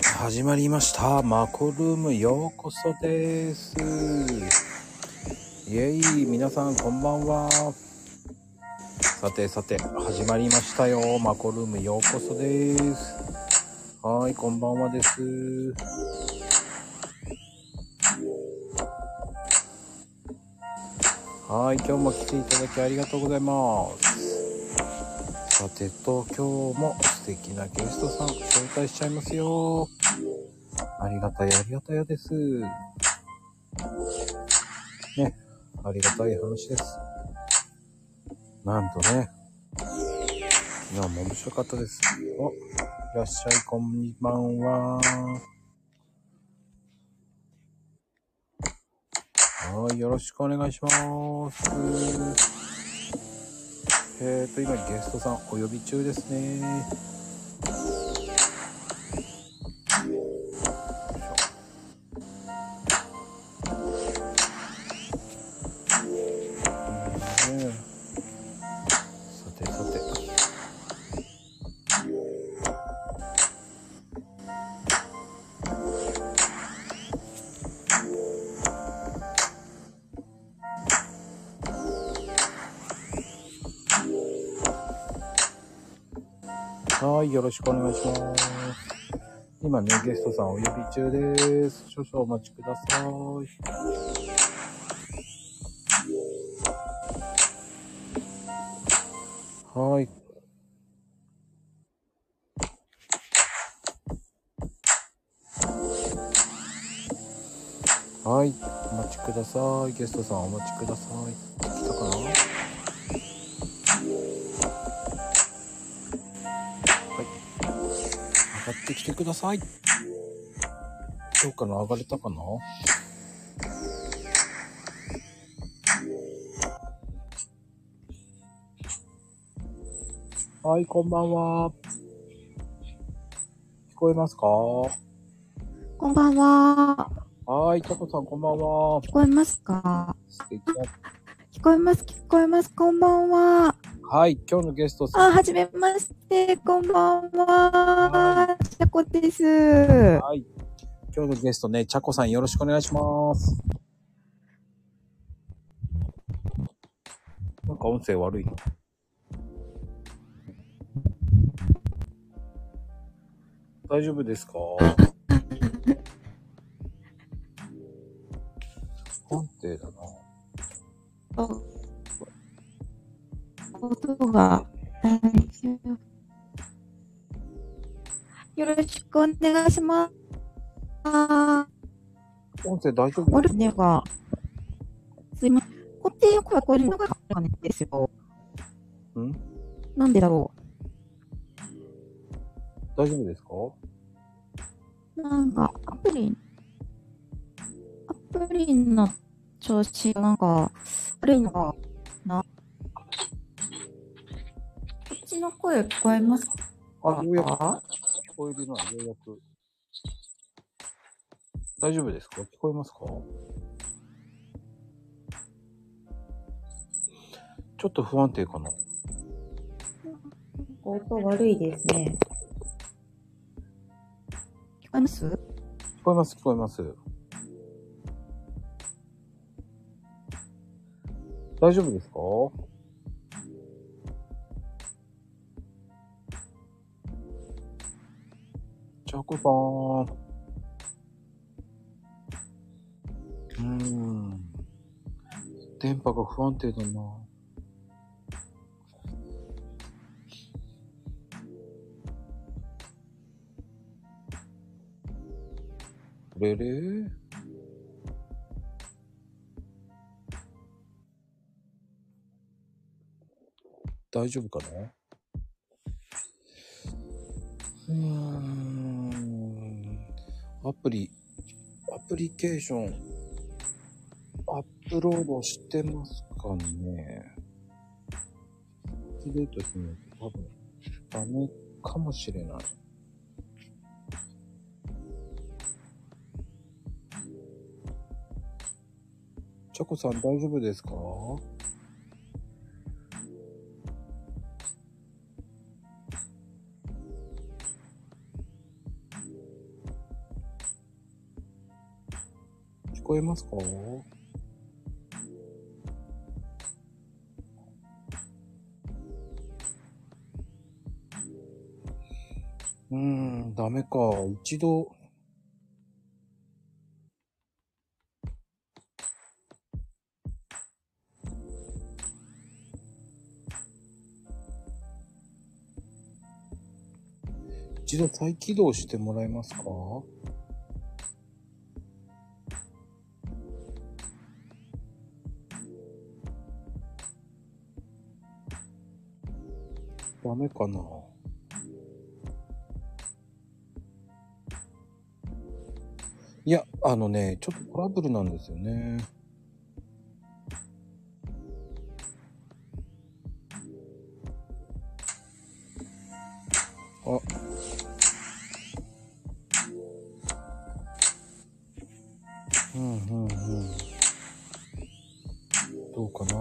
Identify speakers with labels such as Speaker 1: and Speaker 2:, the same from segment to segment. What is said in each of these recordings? Speaker 1: 始まりました。マコルームようこそです。イェイ、皆さんこんばんは。さてさて、始まりましたよ。マコルームようこそです。はーい、こんばんはです。はーい、今日も来ていただきありがとうございます。さてと、今日も素敵なゲストさん紹介しちゃいますよ。ありがたい、ありがたいです。ね、ありがたい話です。なんとね、今日も面白かったです。お、いらっしゃい、こんばんは。はい、よろしくお願いします。えーと、今ゲストさんお呼び中ですね。よいしょうんねさてさて。はい、よろしくお願いします。今ね、ゲストさんお呼び中です。少々お待ちください。はい。はい、お待ちください。ゲストさんお待ちください。来たかなはい、上がってきてください。どうかな上がれたかなはい、こんばんは。聞こえますか
Speaker 2: こんばんは。
Speaker 1: はい、タコさんこんばんは。
Speaker 2: 聞こえますか
Speaker 1: 素敵
Speaker 2: 聞こえます、聞こえます。こんばんは。
Speaker 1: な。はい、今日のゲストさ
Speaker 2: あ、
Speaker 1: ん。
Speaker 2: はじめまして。こんばんは。ちゃこです。は
Speaker 1: はい。今日のゲストね、チャコさんよろしくお願いします。なんか音声悪いな。大丈夫です か音程だな。
Speaker 2: 音が大丈夫。よろしくお願いします。あ
Speaker 1: 音声大丈
Speaker 2: ー、
Speaker 1: 夫
Speaker 2: オルネが、すいません。固定の声はこれのがないんですよ。
Speaker 1: ん
Speaker 2: なんでだろ
Speaker 1: 大丈夫ですか
Speaker 2: う。なんか、アプリ、アプリの調子がなんか、悪いのかな。こっちの声聞こえますか
Speaker 1: あ、ようやく聞こえるな、ようやく。大丈夫ですか聞こえますかちょっと不安定かな
Speaker 3: 音悪いですね。
Speaker 2: 聞こえます
Speaker 1: 聞こえます、聞こえます。大丈夫ですかジャコさん。うーん。電波が不安定だな。れれ大丈夫かなうーんアプリアプリケーションアップロードしてますかねアップデートしないと多分ダメかもしれないチョコさん大丈夫ですかこえますかうーん、ダメか。一度。一度再起動してもらえますかダメかなはいや、あのね、ちょっとトラブルなんですよね。あ。うんうんうん。どうかな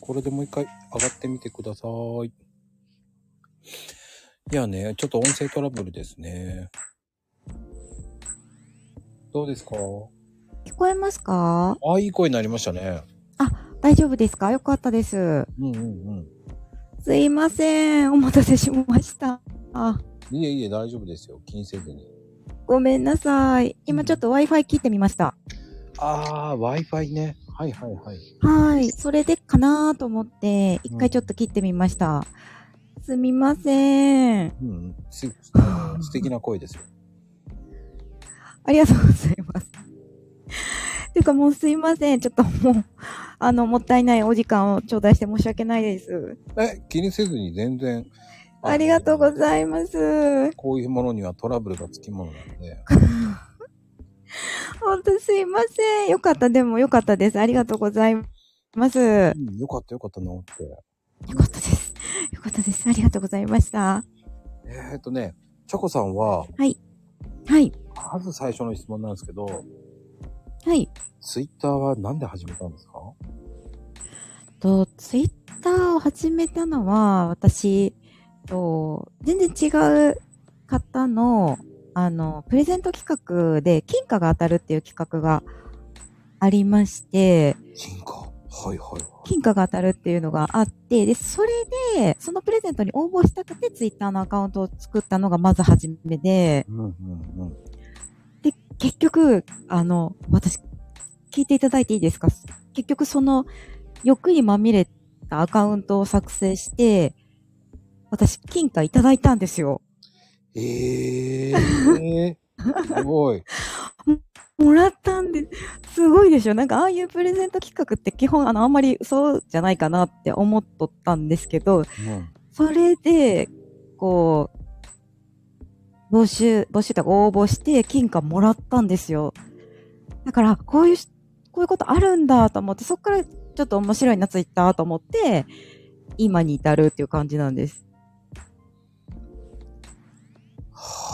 Speaker 1: これでもう一回上がってみてください。いやね、ちょっと音声トラブルですね。どうですか
Speaker 2: 聞こえますか
Speaker 1: あ、いい声になりましたね。
Speaker 2: 大丈夫ですかよかったです。
Speaker 1: うんうん
Speaker 2: すいません。お待たせしました。あ、
Speaker 1: うん。いえいえ、大丈夫ですよ。気にせずに。
Speaker 2: ごめんなさい。
Speaker 1: う
Speaker 2: 今
Speaker 1: ん
Speaker 2: ちょっと Wi-Fi 切ってみました。
Speaker 1: ああ、Wi-Fi ね。はいはいはい。
Speaker 2: はい。それでかなと思って、一
Speaker 1: うん
Speaker 2: 回ちょっと切ってみました。すみません。
Speaker 1: うんうん。す素敵な声ですよ。
Speaker 2: ありがとうございます。 ていうかもうすいません。ちょっともう、あの、もったいないお時間を頂戴して申し訳ないです。
Speaker 1: え、気にせずに全然。
Speaker 2: ありがとうご
Speaker 1: ます。
Speaker 2: ざいます。
Speaker 1: こういうものにはトラブルがつきものなんで。
Speaker 2: ほんとすいません。よかった。でもよかったです。ありがとうございます。よ
Speaker 1: うん、よかったよかったなって。
Speaker 2: かったです。よかったです。ありがとうございました。
Speaker 1: えー、っとね、チョコさんは、
Speaker 2: はい。
Speaker 1: まず最初の質問なんですけど、
Speaker 2: はい。
Speaker 1: ツイッターはなんで始めたんですか
Speaker 2: と、ツイッターを始めたのは、私、と、全然違う方の、あの、プレゼント企画で、金貨が当たるっていう企画がありまして、
Speaker 1: 金貨。はいはいはい。
Speaker 2: 金貨が当たるっていうのがあって、で、それで、そのプレゼントに応募したくて、ツイッターのアカウントを作ったのがまず初めで、
Speaker 1: うんうんうん。
Speaker 2: で、結局、あの、私、聞いていただいていいですか結局その、欲にまみれたアカウントを作成して、私、金貨いただいたんですよ。
Speaker 1: え えー。すごい。
Speaker 2: もらったんで、すごいでしょなんか、ああいうプレゼント企画って基本、あの、あんまりそうじゃないかなって思っとったんですけど、
Speaker 1: うん。
Speaker 2: それで、こう、募集、募集とか応募して金貨もらったんですよ。だから、こういうし、こういうことあるんだと思って、そっからちょっと面白いな、ツイッターと思って、今に至るっていう感じなんです。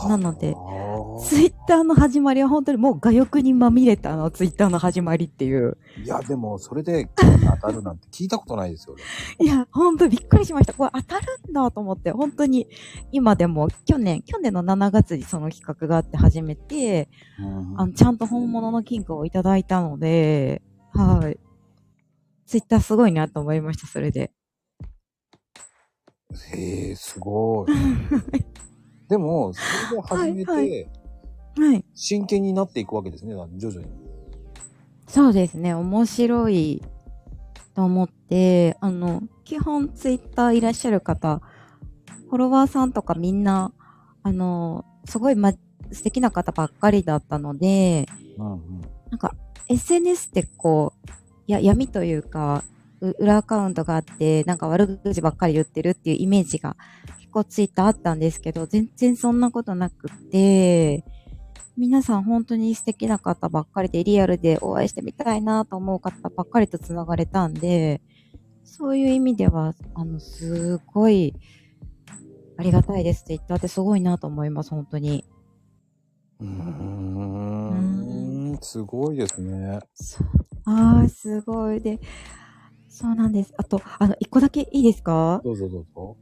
Speaker 2: なので
Speaker 1: はあ
Speaker 2: ツイッターの始まりは本当にもう画欲にまみれたあのツイッターの始まりっていう。
Speaker 1: いや、でも、それで金貨当たるなんて聞いたことないですよね。
Speaker 2: いや、本当びっくりしました。これ当たるんだと思って、本当に今でも去年、去年の7月にその企画があって始めて、
Speaker 1: うん
Speaker 2: あの、ちゃんと本物の金貨をいただいたので、はい。ツイッターすごいなと思いました、それで。
Speaker 1: へえ、す ごい。でも、それで始めて、
Speaker 2: はいははい。
Speaker 1: 真剣になっていくわけですね、徐々に。
Speaker 2: そうですね、面白いと思って、あの、基本ツイッターいらっしゃる方、フォロワーさんとかみんな、あの、すごい、ま、素敵な方ばっかりだったので、
Speaker 1: うんうん。
Speaker 2: SNS ってこう、や、闇というか、う裏アカウントがあって、なんか悪口ばっかり言ってるっていうイメージが結構ツイッターあったんですけど、全然そんなことなくて、皆さん本当に素敵な方ばっかりで、リアルでお会いしてみたいなと思う方ばっかりと繋がれたんで、そういう意味では、あの、すごい、ありがたいです。ツイッターってすごいなと思います、本当に。
Speaker 1: うーん、すごいですね。
Speaker 2: そう。ああ、すごい。で、そうなんです。あと、あの、一個だけいいですか
Speaker 1: どうぞどうぞ。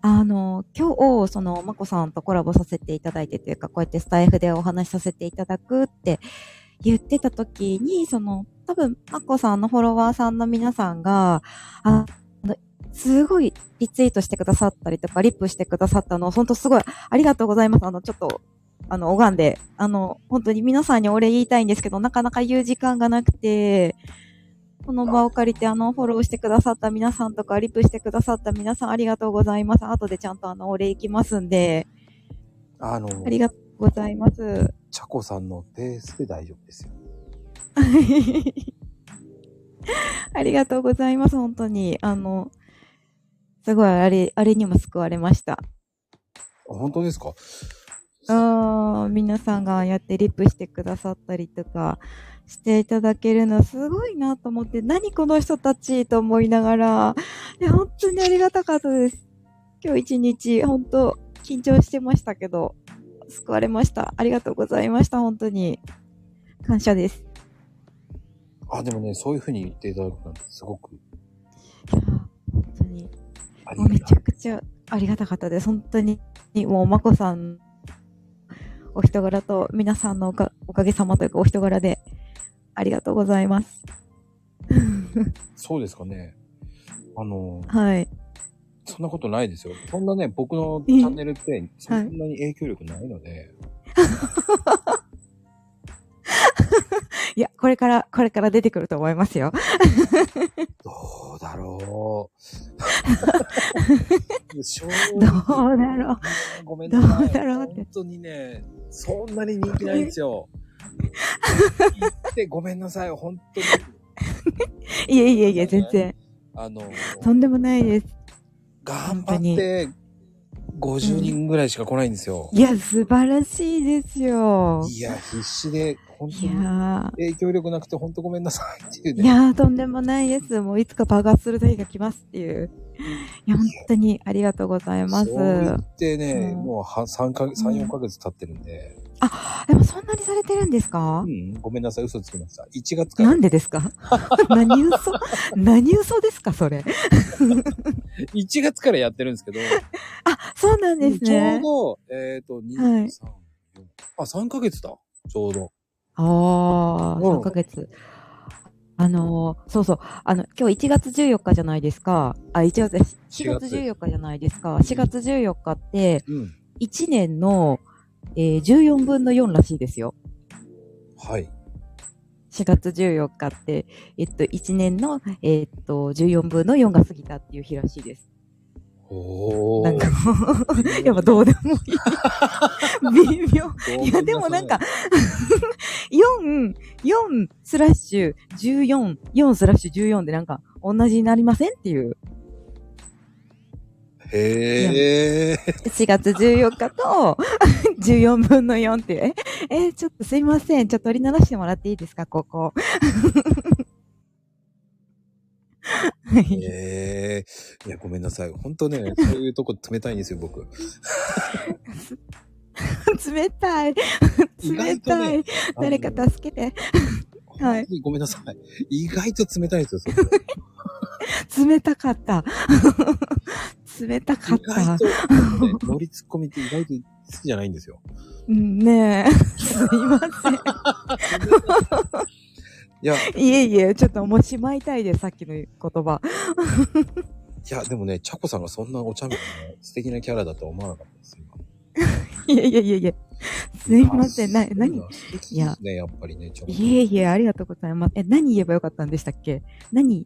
Speaker 2: あの、今日、その、まこさんとコラボさせていただいてというか、こうやってスタイフでお話しさせていただくって言ってた時に、その、多分、マコさんのフォロワーさんの皆さんが、ああの、すごいリツイートしてくださったりとか、リップしてくださったのを、本当すごい、ありがとうございます。あの、ちょっと、あの、拝んで、あの、本当に皆さんにお礼言いたいんですけど、なかなか言う時間がなくて、この場を借りて、あの、フォローしてくださった皆さんとか、リップしてくださった皆さん、ありがとうございます。後でちゃんとあの、お礼行きますんで、
Speaker 1: あの、
Speaker 2: ありがとうございます。
Speaker 1: チャコさんのペースで大丈夫ですよ。
Speaker 2: ありがとうございます、本当に。あの、すごい、あれ、あれにも救われました。
Speaker 1: あ本当ですか
Speaker 2: あー皆さんがああやってリップしてくださったりとかしていただけるのすごいなと思って、何この人たちと思いながら、いや、本当にありがたかったです。今日一日、本当緊張してましたけど、救われました。ありがとうございました、本当に。感謝です。
Speaker 1: あ、でもね、そういう風に言っていただくなんてすごく
Speaker 2: いや本当に、
Speaker 1: あり
Speaker 2: もう
Speaker 1: が
Speaker 2: め
Speaker 1: た
Speaker 2: ち
Speaker 1: い
Speaker 2: ゃ。くちゃありがたかったです。本当に、もう、まこさん、お人柄と、皆さんのおかおかげさまというか、お人柄で、ありがとうございます。
Speaker 1: そうですかね。あの、
Speaker 2: はい。
Speaker 1: そんなことないですよ。そんなね、僕のチャンネルって、そんなに影響力ないので、
Speaker 2: いや、これから、これから出てくると思いますよ。
Speaker 1: どうだろう。正
Speaker 2: ど
Speaker 1: 直
Speaker 2: うだろう。
Speaker 1: ごめんなさい。
Speaker 2: どうだろうって
Speaker 1: 本当にね、そんなに人気ないんですよ。言ってごめんなさい。本当に。
Speaker 2: いえいえいえ、全然。
Speaker 1: あの、
Speaker 2: とんでもないです。
Speaker 1: 頑張って、50人ぐらいしか来ないんですよ。
Speaker 2: いや、素晴らしいですよ。
Speaker 1: いや、必死で、本
Speaker 2: い
Speaker 1: 当
Speaker 2: や
Speaker 1: に
Speaker 2: ー。
Speaker 1: 影響力なくて本当ごめんなさいっていう
Speaker 2: い
Speaker 1: ね。
Speaker 2: やー、とんでもないです。もういつか爆発する時が来ますっていう。いや、本当にありがとうございます。
Speaker 1: そう言ってね、
Speaker 2: うん
Speaker 1: もうは3か月、3、4ヶ月経ってるんで、
Speaker 2: あ、でもそんなにされてるんですか
Speaker 1: う、ん、ごめんなさい、嘘つきました。1月か
Speaker 2: な
Speaker 1: ら、
Speaker 2: んでですか 何嘘何嘘ですかそれ。
Speaker 1: 1月からやってるんですけど、
Speaker 2: あ、そうなんです
Speaker 1: ちょう
Speaker 2: ね。
Speaker 1: ど、えっ、と、2、
Speaker 2: はい
Speaker 1: 3、4、あ、3ヶ月だ。ちょうど。
Speaker 2: ああ、
Speaker 1: うん
Speaker 2: 3ヶ月。あのーそうそう。あの、今日1月14日じゃないですか。あ、1月、4月14日じゃないですか。4月14日って、
Speaker 1: うん。
Speaker 2: 1年の、えー14分の4らしいですよ。
Speaker 1: はい。
Speaker 2: 4月14日って、えっと、1年の、えっと、14分の4が過ぎたっていう日らしいです。
Speaker 1: おー。
Speaker 2: なんか もう、やっぱどうでも いい。微妙。いや、でもなんか、4、4スラッシュ14、4スラッシュ14でなんか、同じになりませんっていう。
Speaker 1: へー。
Speaker 2: 4月14日と、14分の4って、ええちょっとすいません。ちょっと取り直してもらっていいですか、ここ。はい
Speaker 1: えー。いや、ごめんなさい。本当ね、そういうとこ冷たいんですよ、僕。
Speaker 2: 冷たい。
Speaker 1: 意
Speaker 2: 冷
Speaker 1: 外と
Speaker 2: た
Speaker 1: ね
Speaker 2: い。 誰か助けて。
Speaker 1: あの
Speaker 2: はい
Speaker 1: 本当にごめんなさい。意外と冷たいんですよ、
Speaker 2: 冷たかった。冷た
Speaker 1: それ
Speaker 2: かっ
Speaker 1: 意外と、あの
Speaker 2: た。
Speaker 1: ね乗り突っ込みって意外と好きじゃないんですよ。
Speaker 2: うんねえ。すいません。
Speaker 1: いや、い
Speaker 2: いえいえ、ちょっともうしまいたいです、さっきの言葉。
Speaker 1: や、でもね、チャコさんがそんなお茶目なね素敵なキャラだとは思わなかったです、今。
Speaker 2: いえいえいえいえ。すいません。な、
Speaker 1: い
Speaker 2: 何
Speaker 1: や素敵ですね、やっぱりね、ちょっと。
Speaker 2: いえいえ、ありがとうございます。え、何言えばよかったんでしたっけ何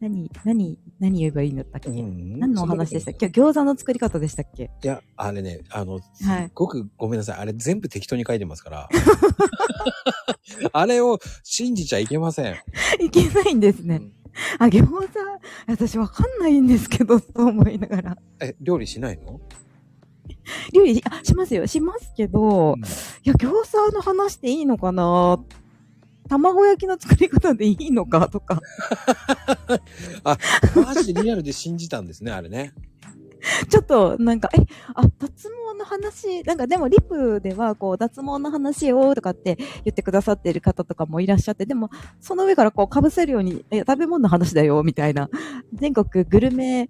Speaker 2: 何何何言えばいいんだったっけ、
Speaker 1: ん
Speaker 2: 何のお話でし
Speaker 1: そんな
Speaker 2: たっ
Speaker 1: ことない
Speaker 2: け今日餃子の作り方でしたっけ
Speaker 1: いや、あれね、あの、す
Speaker 2: はい
Speaker 1: っごくごめんなさい。あれ全部適当に書いてます から。あれを信じちゃいけません。
Speaker 2: いけないんですね。あ、餃子、私わかんないんですけど、と思いながら。
Speaker 1: え、料理しないの
Speaker 2: 料理、あ、しますよ。しますけど、
Speaker 1: うん
Speaker 2: いや、餃子の話でいいのかな卵焼きの作り方でいいのかとか、
Speaker 1: マジでリアルで信じたんですね、あれね。
Speaker 2: ちょっとなんか、え、あ、脱毛の話、なんかでもリプではこう、脱毛の話をとかって言ってくださってる方とかもいらっしゃって、でも、その上からこう、被せるように、え、食べ物の話だよ、みたいな。全国グルメ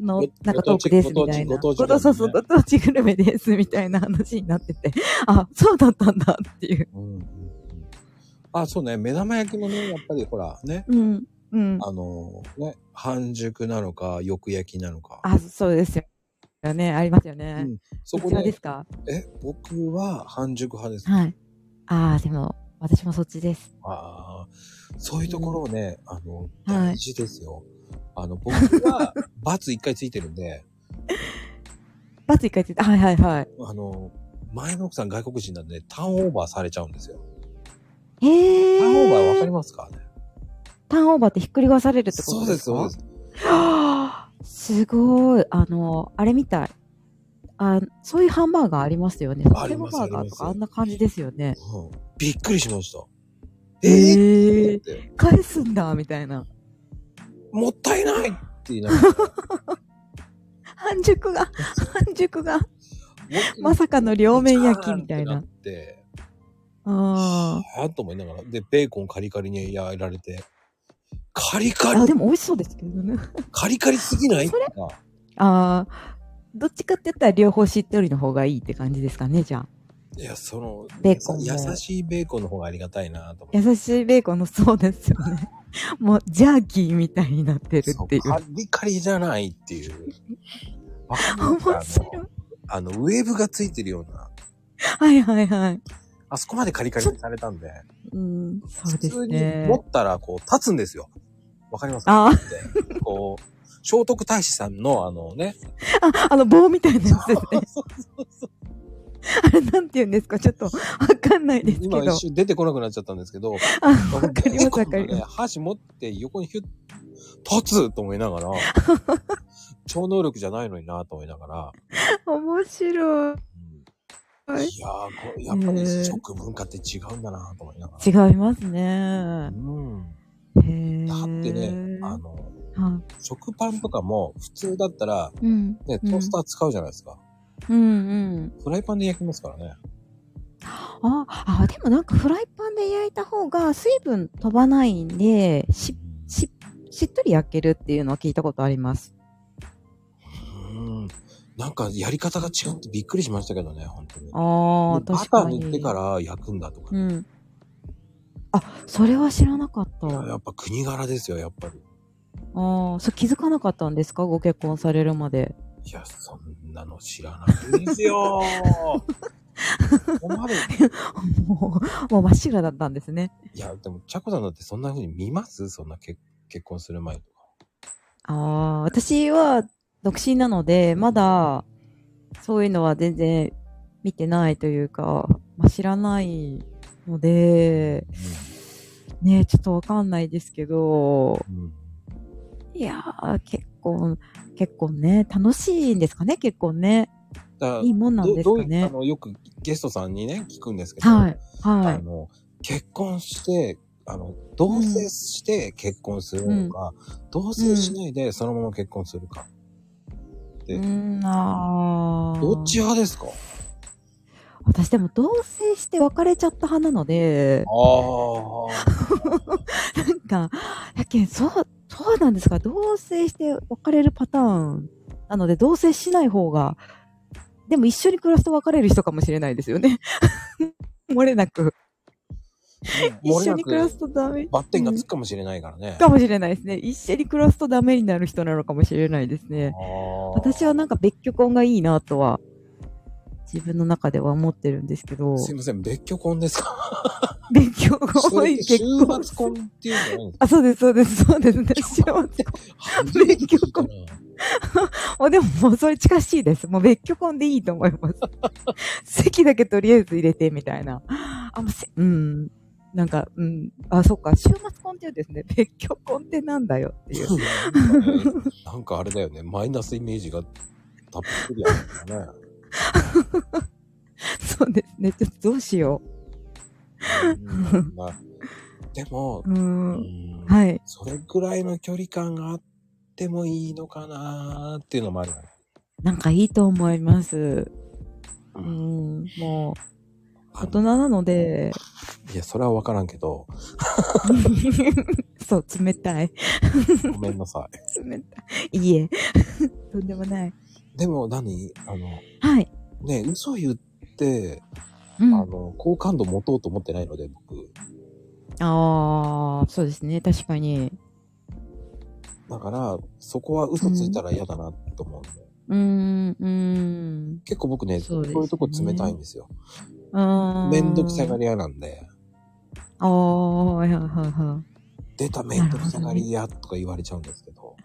Speaker 2: の
Speaker 1: ご、
Speaker 2: なんかトークです、みたいな。
Speaker 1: ご当地ご当地
Speaker 2: ご当そうそう、
Speaker 1: ご
Speaker 2: ご当地グル メです、みたいな話になってて、あ、そうだったんだっていう。
Speaker 1: うんうんうんあ、そうね。目玉焼きもね、やっぱりほら、ね。
Speaker 2: うん。うん。
Speaker 1: あのね、半熟なのか、よく焼きなのか。
Speaker 2: あ、そうですよね。ありますよ
Speaker 1: う
Speaker 2: ね。
Speaker 1: ん。そこ
Speaker 2: ちらで、
Speaker 1: です
Speaker 2: か
Speaker 1: え、僕は半熟派です。
Speaker 2: はい。ああ、でも、私もそっちです。
Speaker 1: ああ、そういうところをね、あの、
Speaker 2: はい
Speaker 1: 大事ですよ。あの、僕は、バツ一回ついてるんで、
Speaker 2: バツ一回ついて、はいはいはい。
Speaker 1: あの、前の奥さん外国人なんで、ターンオーバーされちゃうんですよ。
Speaker 2: へえ。
Speaker 1: ターンオーバーわかりますかね
Speaker 2: ターンオーバーってひっくり返されるってこ
Speaker 1: そ
Speaker 2: と
Speaker 1: うで
Speaker 2: で
Speaker 1: すす、
Speaker 2: か
Speaker 1: そうです。
Speaker 2: はあすごい。あの、あれみたい。あそういうハンバーガーありますよね。
Speaker 1: あります
Speaker 2: ハンバーガーとか
Speaker 1: あ
Speaker 2: あ
Speaker 1: り
Speaker 2: んな感じですよね。
Speaker 1: うん、びっくりしました。えー、
Speaker 2: えー、
Speaker 1: って、
Speaker 2: 返すんだ、みたいな。
Speaker 1: もったいないって言い ながら、
Speaker 2: 半熟が、半熟が、
Speaker 1: も
Speaker 2: まさかの両面焼きみた
Speaker 1: ジ
Speaker 2: い
Speaker 1: ャーン
Speaker 2: な
Speaker 1: っ。てって、
Speaker 2: あ
Speaker 1: あーっと思いながら、で、ベーコンカリカリに焼られて、カリカ
Speaker 2: あ。あ、
Speaker 1: リ、
Speaker 2: でも美味しそうですけどね。
Speaker 1: カリカリすぎない
Speaker 2: そ
Speaker 1: と
Speaker 2: れ
Speaker 1: か。
Speaker 2: ああ、どっちかって言ったら両方しっとりの方がいいって感じですかね、じゃあ。
Speaker 1: いや、その、
Speaker 2: ベーコンも
Speaker 1: 優しいベーコンの方がありがたいなと思って。
Speaker 2: 優しいベーコンのそうですよね。 もう、ジャーキーみたいになってるっていう。
Speaker 1: そうカリカリじゃないっていう。わかんない
Speaker 2: 面白い。
Speaker 1: あの、あのウェーブがついてるような、
Speaker 2: はいはいはい。
Speaker 1: あそこまでカリカリにされたんで、
Speaker 2: うん、そうで
Speaker 1: 普
Speaker 2: す
Speaker 1: 通に
Speaker 2: ね。
Speaker 1: 持ったらこう立つんですよ。わかりますか
Speaker 2: あ
Speaker 1: ってこう、聖徳太子さんのあのね、
Speaker 2: あ、あの棒みたいなやつです ね。
Speaker 1: そう
Speaker 2: あれなんて言うんですかちょっとわかんないですけど。
Speaker 1: 今一瞬出てこなくなっちゃったんですけど、
Speaker 2: あ、わかります
Speaker 1: 猫
Speaker 2: わ
Speaker 1: の
Speaker 2: かり
Speaker 1: ね
Speaker 2: ま
Speaker 1: 箸持って横にヒュッ、立つと思いな がら、超能力じゃないのになと思いながら、
Speaker 2: す。面白い。
Speaker 1: うんいやーこうやっぱ
Speaker 2: え
Speaker 1: り
Speaker 2: ー
Speaker 1: 食文化って違うんだなと思いながら。
Speaker 2: 違いますね。
Speaker 1: うん。
Speaker 2: へえ。
Speaker 1: だってね、あの、
Speaker 2: は
Speaker 1: 食パンとかも普通だったら、
Speaker 2: いうん。
Speaker 1: ね、ト
Speaker 2: うん
Speaker 1: ースター使うじゃないですか。
Speaker 2: うんうん。
Speaker 1: フライパンで焼きますからね。
Speaker 2: ああ、でもなんかフライパンで焼いた方が水分飛ばないんで、し、し、しっとり焼けるっていうのは聞いたことあります。
Speaker 1: うん。なんかやり方が違うってびっくりしましたけどね、本当に。
Speaker 2: ああ、
Speaker 1: バ
Speaker 2: 確
Speaker 1: ター
Speaker 2: かに。
Speaker 1: 塗ってから焼くんだとか
Speaker 2: う。ん。あ、それは知らなかった。
Speaker 1: いや
Speaker 2: あ
Speaker 1: やっぱ国柄ですよ、やっぱり。
Speaker 2: あ、それ気づかなかったんですかご結婚されるまで。
Speaker 1: いや、そんなの知らないですよ。ここまで。
Speaker 2: もう、もう真っ白だったんですね。
Speaker 1: いや、でも、ちゃこさんだってそんな風に見ますそんな結結婚する前とか。
Speaker 2: ああ、私は独身なので、まだ、そういうのは全然見てないというか、まあ、知らないので、ねちょっとわかんないですけど、
Speaker 1: うんうん
Speaker 2: いやー、結婚、結婚ね、楽しいんですかね、結婚ね。
Speaker 1: だから
Speaker 2: いいもんなんですか
Speaker 1: どどうい
Speaker 2: ね
Speaker 1: あ。のよくゲストさんにね、聞くんですけど、
Speaker 2: はい、
Speaker 1: あ
Speaker 2: は
Speaker 1: の結婚して、あの、同棲して結婚するのか、同棲しないでそのまま結婚するか。
Speaker 2: い。うーん、あー
Speaker 1: どっち派ですか
Speaker 2: 私でも同棲して別れちゃった派なので、
Speaker 1: ああ。
Speaker 2: なんか、やけん、そう、そうなんですか。同棲して別れるパターン。なので、同棲しない方が、でも一緒に暮らすと別れる人かもしれないですよね。 漏れなく。
Speaker 1: 漏
Speaker 2: 一
Speaker 1: れ
Speaker 2: 緒
Speaker 1: な
Speaker 2: に暮ら
Speaker 1: く
Speaker 2: すとダメ。
Speaker 1: バッテンがつくかもしれないからね。
Speaker 2: かもしれないですね。一緒に暮らすとダメになる人なのかもしれないですね。私は
Speaker 1: ね、
Speaker 2: なんか別居婚がいいなとは、自分の中では思ってるんですけど、
Speaker 1: すいません、別居婚ですか
Speaker 2: 別居
Speaker 1: そ
Speaker 2: 婚、
Speaker 1: れって
Speaker 2: 結
Speaker 1: 週
Speaker 2: 婚。
Speaker 1: 末婚っていうんじゃないんですか
Speaker 2: あ、そうです、そうです、そうです ね。週末婚。
Speaker 1: 初めて聞いたな
Speaker 2: あ、でももうそれ近しいです。もう別居婚でいいと思います。 席だけとりあえず入れてみたいな。あ、もうせ、うん。なんか、うん。あ、そっか。週末婚って言うんですね。別居婚ってなんだよっ ていう。
Speaker 1: なんかあれだよね、マイナスイメージがたっぷりあるんだね。
Speaker 2: そうですね。ちょっとどうしよ
Speaker 1: うんまあでも、
Speaker 2: う。う。
Speaker 1: うんん
Speaker 2: はい。
Speaker 1: それぐらいの距離感があってもいいのかなーっていうのもあるよね。
Speaker 2: なんかいいと思います。うん。もう、
Speaker 1: あ
Speaker 2: 大
Speaker 1: の
Speaker 2: 人なので、
Speaker 1: いや、それはわからんけ ど、
Speaker 2: そう、冷たい。
Speaker 1: ごめんなさい。
Speaker 2: 冷たい。いいえ。 とんでもない。
Speaker 1: でも何あの、
Speaker 2: はい。
Speaker 1: ね、嘘言って、
Speaker 2: うん。
Speaker 1: あの、好感度持とうと思ってないので、僕。
Speaker 2: ああ、そうですね。確かに。
Speaker 1: だから、そこは嘘ついたら嫌だなと思うんで。
Speaker 2: うーん、うーん。
Speaker 1: 結構僕ね
Speaker 2: そ
Speaker 1: そうう
Speaker 2: ですね
Speaker 1: いうとこ冷たいんですよ。
Speaker 2: あー
Speaker 1: めんどくさがり屋なんで、
Speaker 2: ああ、はいはいはいはい。
Speaker 1: 出ためんどくさがり屋とか言われちゃうんですけ ど。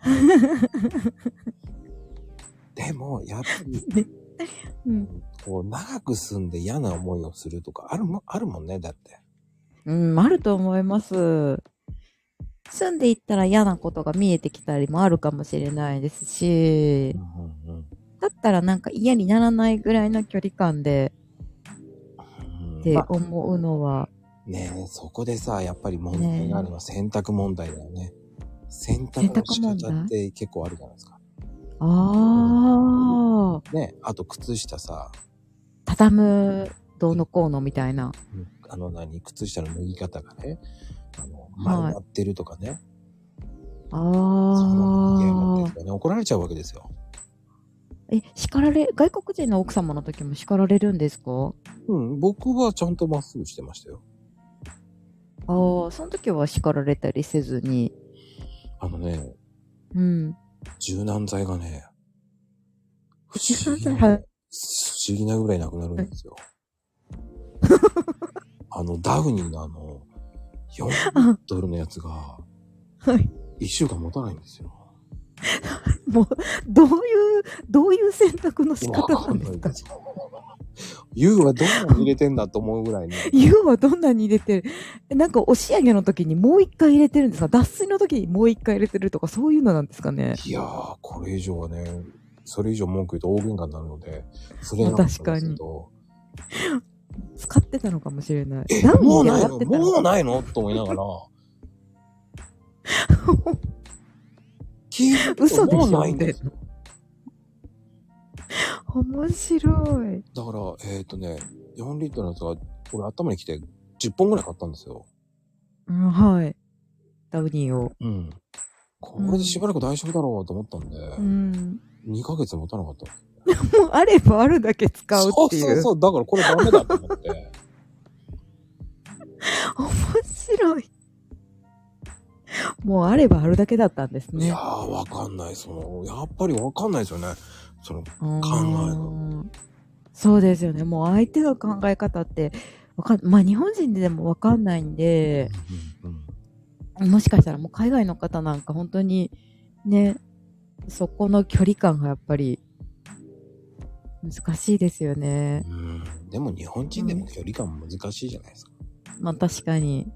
Speaker 1: でも、やっぱり、
Speaker 2: うん
Speaker 1: こう、長く住んで嫌な思いをするとか、あるもん、あるもんね、だって。
Speaker 2: うん、あると思います。住んでいったら嫌なことが見えてきたりもあるかもしれないですし、
Speaker 1: うんうん
Speaker 2: だったらなんか嫌にならないぐらいの距離感で
Speaker 1: うん
Speaker 2: って
Speaker 1: まあ
Speaker 2: 思うのは、
Speaker 1: ねえ、そこでさ、やっぱり問題があるのは選択問題だよね。選択の仕
Speaker 2: 選択問題
Speaker 1: 方って結構あるじゃないですか。
Speaker 2: ああ、
Speaker 1: ねえ、あと靴下さ、
Speaker 2: 畳むどうのこうのみたいな。
Speaker 1: あの何、靴下の脱ぎ方がね、あの、丸まってるとかね、
Speaker 2: あ
Speaker 1: その脱ぎ合いになってると、
Speaker 2: あ
Speaker 1: かね、怒られちゃうわけですよ。
Speaker 2: え、叱られ、外国人の奥様の時も叱られるんですか
Speaker 1: うん、僕はちゃんとまっすぐしてましたよ。
Speaker 2: ああ、その時は叱られたりせずに。
Speaker 1: あのね、
Speaker 2: うん。
Speaker 1: 柔軟剤がね、不
Speaker 2: 柔
Speaker 1: 思
Speaker 2: 軟
Speaker 1: 議
Speaker 2: 剤
Speaker 1: な、
Speaker 2: は
Speaker 1: 不思議なぐらいなくなるんです よ。あの、ダウニーのあの、4ドルのやつが、
Speaker 2: はい。
Speaker 1: 1週間持たないんですよ。
Speaker 2: もう、どういう、どういう選択の仕方なんですか
Speaker 1: すよ。ユウはどんなに入れてんだと思うぐらいに。
Speaker 2: 湯はどんなに入れてるえなんか押し上げの時にもう一回入れてるんですか脱水の時にもう一回入れてるとかそういうのなんですかね
Speaker 1: いやー、これ以上はね、それ以上文句言うと大喧嘩になるので、それがなかったんですけど、
Speaker 2: 使ってたのかもしれない。
Speaker 1: え
Speaker 2: 何
Speaker 1: もう
Speaker 2: 人で
Speaker 1: ない
Speaker 2: や
Speaker 1: の
Speaker 2: ってた
Speaker 1: もう
Speaker 2: の
Speaker 1: ないのと思いな がら、聞いたけど
Speaker 2: 嘘でしょ
Speaker 1: もうないんですよ。
Speaker 2: 面白い。
Speaker 1: だから、えっ、ー、とね、4リットルのやつが、俺頭に来て10本ぐらい買ったんですよ。
Speaker 2: うん、はい。ダウニーを。
Speaker 1: うん。これでしばらく大丈夫だろうと思ったんで、
Speaker 2: うん。
Speaker 1: 2ヶ月持たなかった。
Speaker 2: もうあればあるだけ使うっていう。
Speaker 1: そうそうそう、だからこれダメだと思 って。
Speaker 2: 面白い。もうあればあるだけだったんです
Speaker 1: い
Speaker 2: ね。
Speaker 1: やー、わかんない。その、やっぱりわかんないですよね。その、え
Speaker 2: 考
Speaker 1: が
Speaker 2: そうですよね。もう相手の考え方って、わかん、まあ日本人でもわかんないんで、もしかしたらもう海外の方なんか本当に、ね、そこの距離感がやっぱり、難しいですよね。
Speaker 1: うん。でも日本人でも距離感難しいじゃないですか。
Speaker 2: まあ確かに、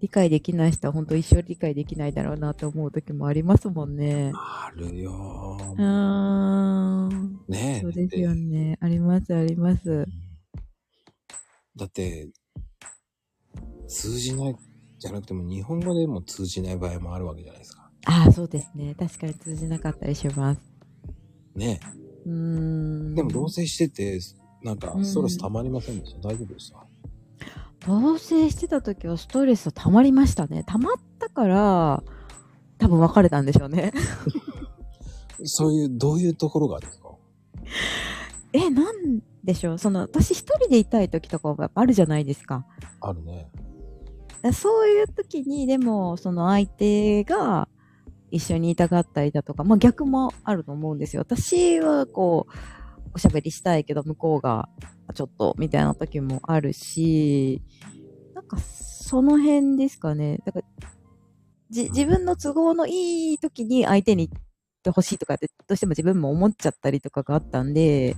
Speaker 2: 理解できない人は本当一生理解できないだろうなと思う時もありますもんね。
Speaker 1: あるよー。
Speaker 2: うーん。
Speaker 1: ねえ。
Speaker 2: そうですよね。あります、あります。
Speaker 1: だって、通じない、じゃなくても日本語でも通じない場合もあるわけじゃないですか。
Speaker 2: ああ、そうですね。確かに通じなかったりします。
Speaker 1: ね
Speaker 2: う
Speaker 1: え。
Speaker 2: ーん
Speaker 1: でも同棲してて、なんか
Speaker 2: うん
Speaker 1: ストレス溜まりませんでした。大丈夫でした。
Speaker 2: 同棲してた時はストレスは溜まりましたね溜まったから多分別れたんでしょうね
Speaker 1: そういう、どういうところがですか
Speaker 2: えなんでしょうその私一人でいたい時とかはやっぱあるじゃないですか
Speaker 1: あるね。
Speaker 2: そういう時にでもその相手が一緒にいたがったりだとか、まあ、逆もあると思うんですよ私はこうおしゃべりしたいけど向こうがちょっとみたいな時もあるしなんかその辺ですかねだからじ自分の都合のいい時に相手に行ってほしいとかってどうしても自分も思っちゃったりとかがあったんで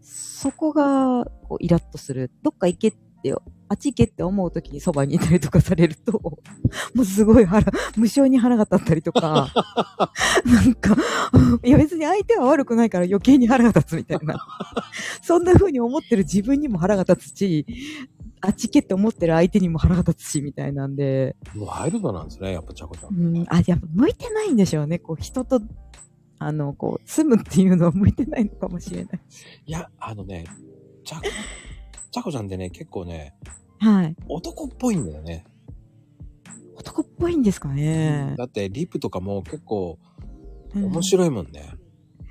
Speaker 2: そこがこうイラッとする。どっか行けって、あっち行けって思う時にそばにいたりとかされると、 もうすごい腹、無性に腹が立ったりとか、 なんか、いや別に相手は悪くないから余計に腹が立つみたいな。そんな風に思ってる自分にも腹が立つし、あっち行けって思ってる相手にも腹が立つし、みたいなんで、
Speaker 1: もうワイルドなんですね、やっぱちゃこちゃん。
Speaker 2: うん、あ、やっぱ向いてないんでしょうね。こう人と、あの、こう、住むっていうのは向いてないのかもしれない。
Speaker 1: いや、あのね、ちゃこ、ちゃこちゃんってね、結構ね、
Speaker 2: はい。
Speaker 1: 男っぽいんだよね。
Speaker 2: 男っぽいんですかね。
Speaker 1: だって、リップとかも結構
Speaker 2: うん
Speaker 1: 面白いもんね。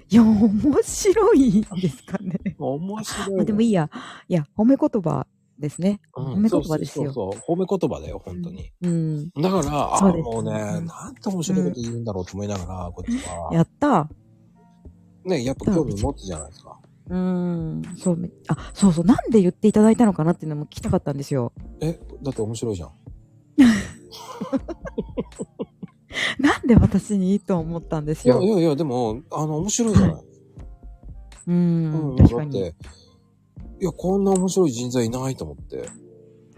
Speaker 2: いや、面白いんですかね。
Speaker 1: 面白い
Speaker 2: まあ
Speaker 1: もん。
Speaker 2: でもいいや。いや、褒め言葉ですね。
Speaker 1: うん
Speaker 2: 褒め言葉ですよ
Speaker 1: そうそうそうそう。褒め言葉だよ、本当に。
Speaker 2: うん。
Speaker 1: だから、あ
Speaker 2: そう
Speaker 1: あ、
Speaker 2: です
Speaker 1: もうね、
Speaker 2: うん
Speaker 1: なんて面白いこと言うんだろうと思いながら、こっちは。
Speaker 2: やった
Speaker 1: ね、やっぱ興味持つじゃないですか。
Speaker 2: うん。そうめ、あ、そうそう。なんで言っていただいたのかなっていうのも聞きたかったんですよ。
Speaker 1: え、だって面白いじゃん。
Speaker 2: なんで私にいいと思ったんです
Speaker 1: いやい
Speaker 2: よ。
Speaker 1: やいや、でも、あの、面白いじゃない。
Speaker 2: う
Speaker 1: うん
Speaker 2: ん。
Speaker 1: だっ
Speaker 2: 確かに。
Speaker 1: て、いや、こんな面白い人材いないと思って。